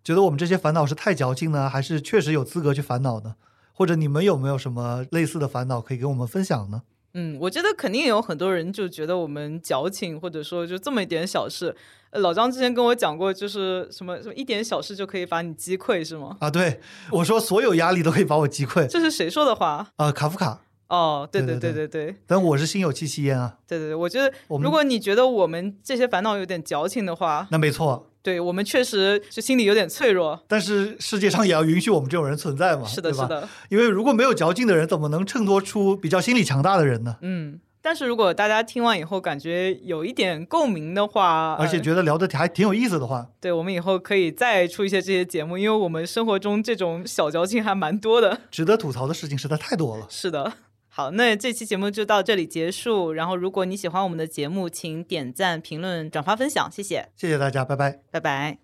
[SPEAKER 2] 觉得我们这些烦恼是太矫情呢，还是确实有资格去烦恼呢？或者你们有没有什么类似的烦恼可以跟我们分享呢？
[SPEAKER 3] 嗯，我觉得肯定有很多人就觉得我们矫情，或者说就这么一点小事。呃老张之前跟我讲过，就是什么什么一点小事就可以把你击溃，是吗？
[SPEAKER 2] 啊，对我说所有压力都可以把我击溃
[SPEAKER 3] 这是谁说的话？
[SPEAKER 2] 啊、卡夫卡
[SPEAKER 3] 哦，对
[SPEAKER 2] 对
[SPEAKER 3] 对
[SPEAKER 2] 对
[SPEAKER 3] 对对
[SPEAKER 2] 但我是心有戚戚焉啊，
[SPEAKER 3] 对对对，我觉得
[SPEAKER 2] 我们
[SPEAKER 3] 如果你觉得我们这些烦恼有点矫情的话，
[SPEAKER 2] 那没错。
[SPEAKER 3] 对我们确实是心里有点脆弱。
[SPEAKER 2] 但是世界上也要允许我们这种人存在嘛，
[SPEAKER 3] 是的，
[SPEAKER 2] 对
[SPEAKER 3] 是
[SPEAKER 2] 吧？
[SPEAKER 3] 的，
[SPEAKER 2] 因为如果没有嚼劲的人，怎么能衬托出比较心理强大的人呢？
[SPEAKER 3] 嗯。但是如果大家听完以后感觉有一点共鸣的话，
[SPEAKER 2] 而且
[SPEAKER 3] 呃
[SPEAKER 2] 觉得聊的还挺有意思的话，
[SPEAKER 3] 对我们以后可以再出一些这些节目，因为我们生活中这种小矫情还蛮多的。
[SPEAKER 2] 值得吐槽的事情实在太多了。
[SPEAKER 3] 是的。好，那这期节目就到这里结束。然后，如果你喜欢我们的节目，请点赞、评论、转发、分享，谢谢，
[SPEAKER 2] 谢谢大家，拜拜。
[SPEAKER 3] 拜拜。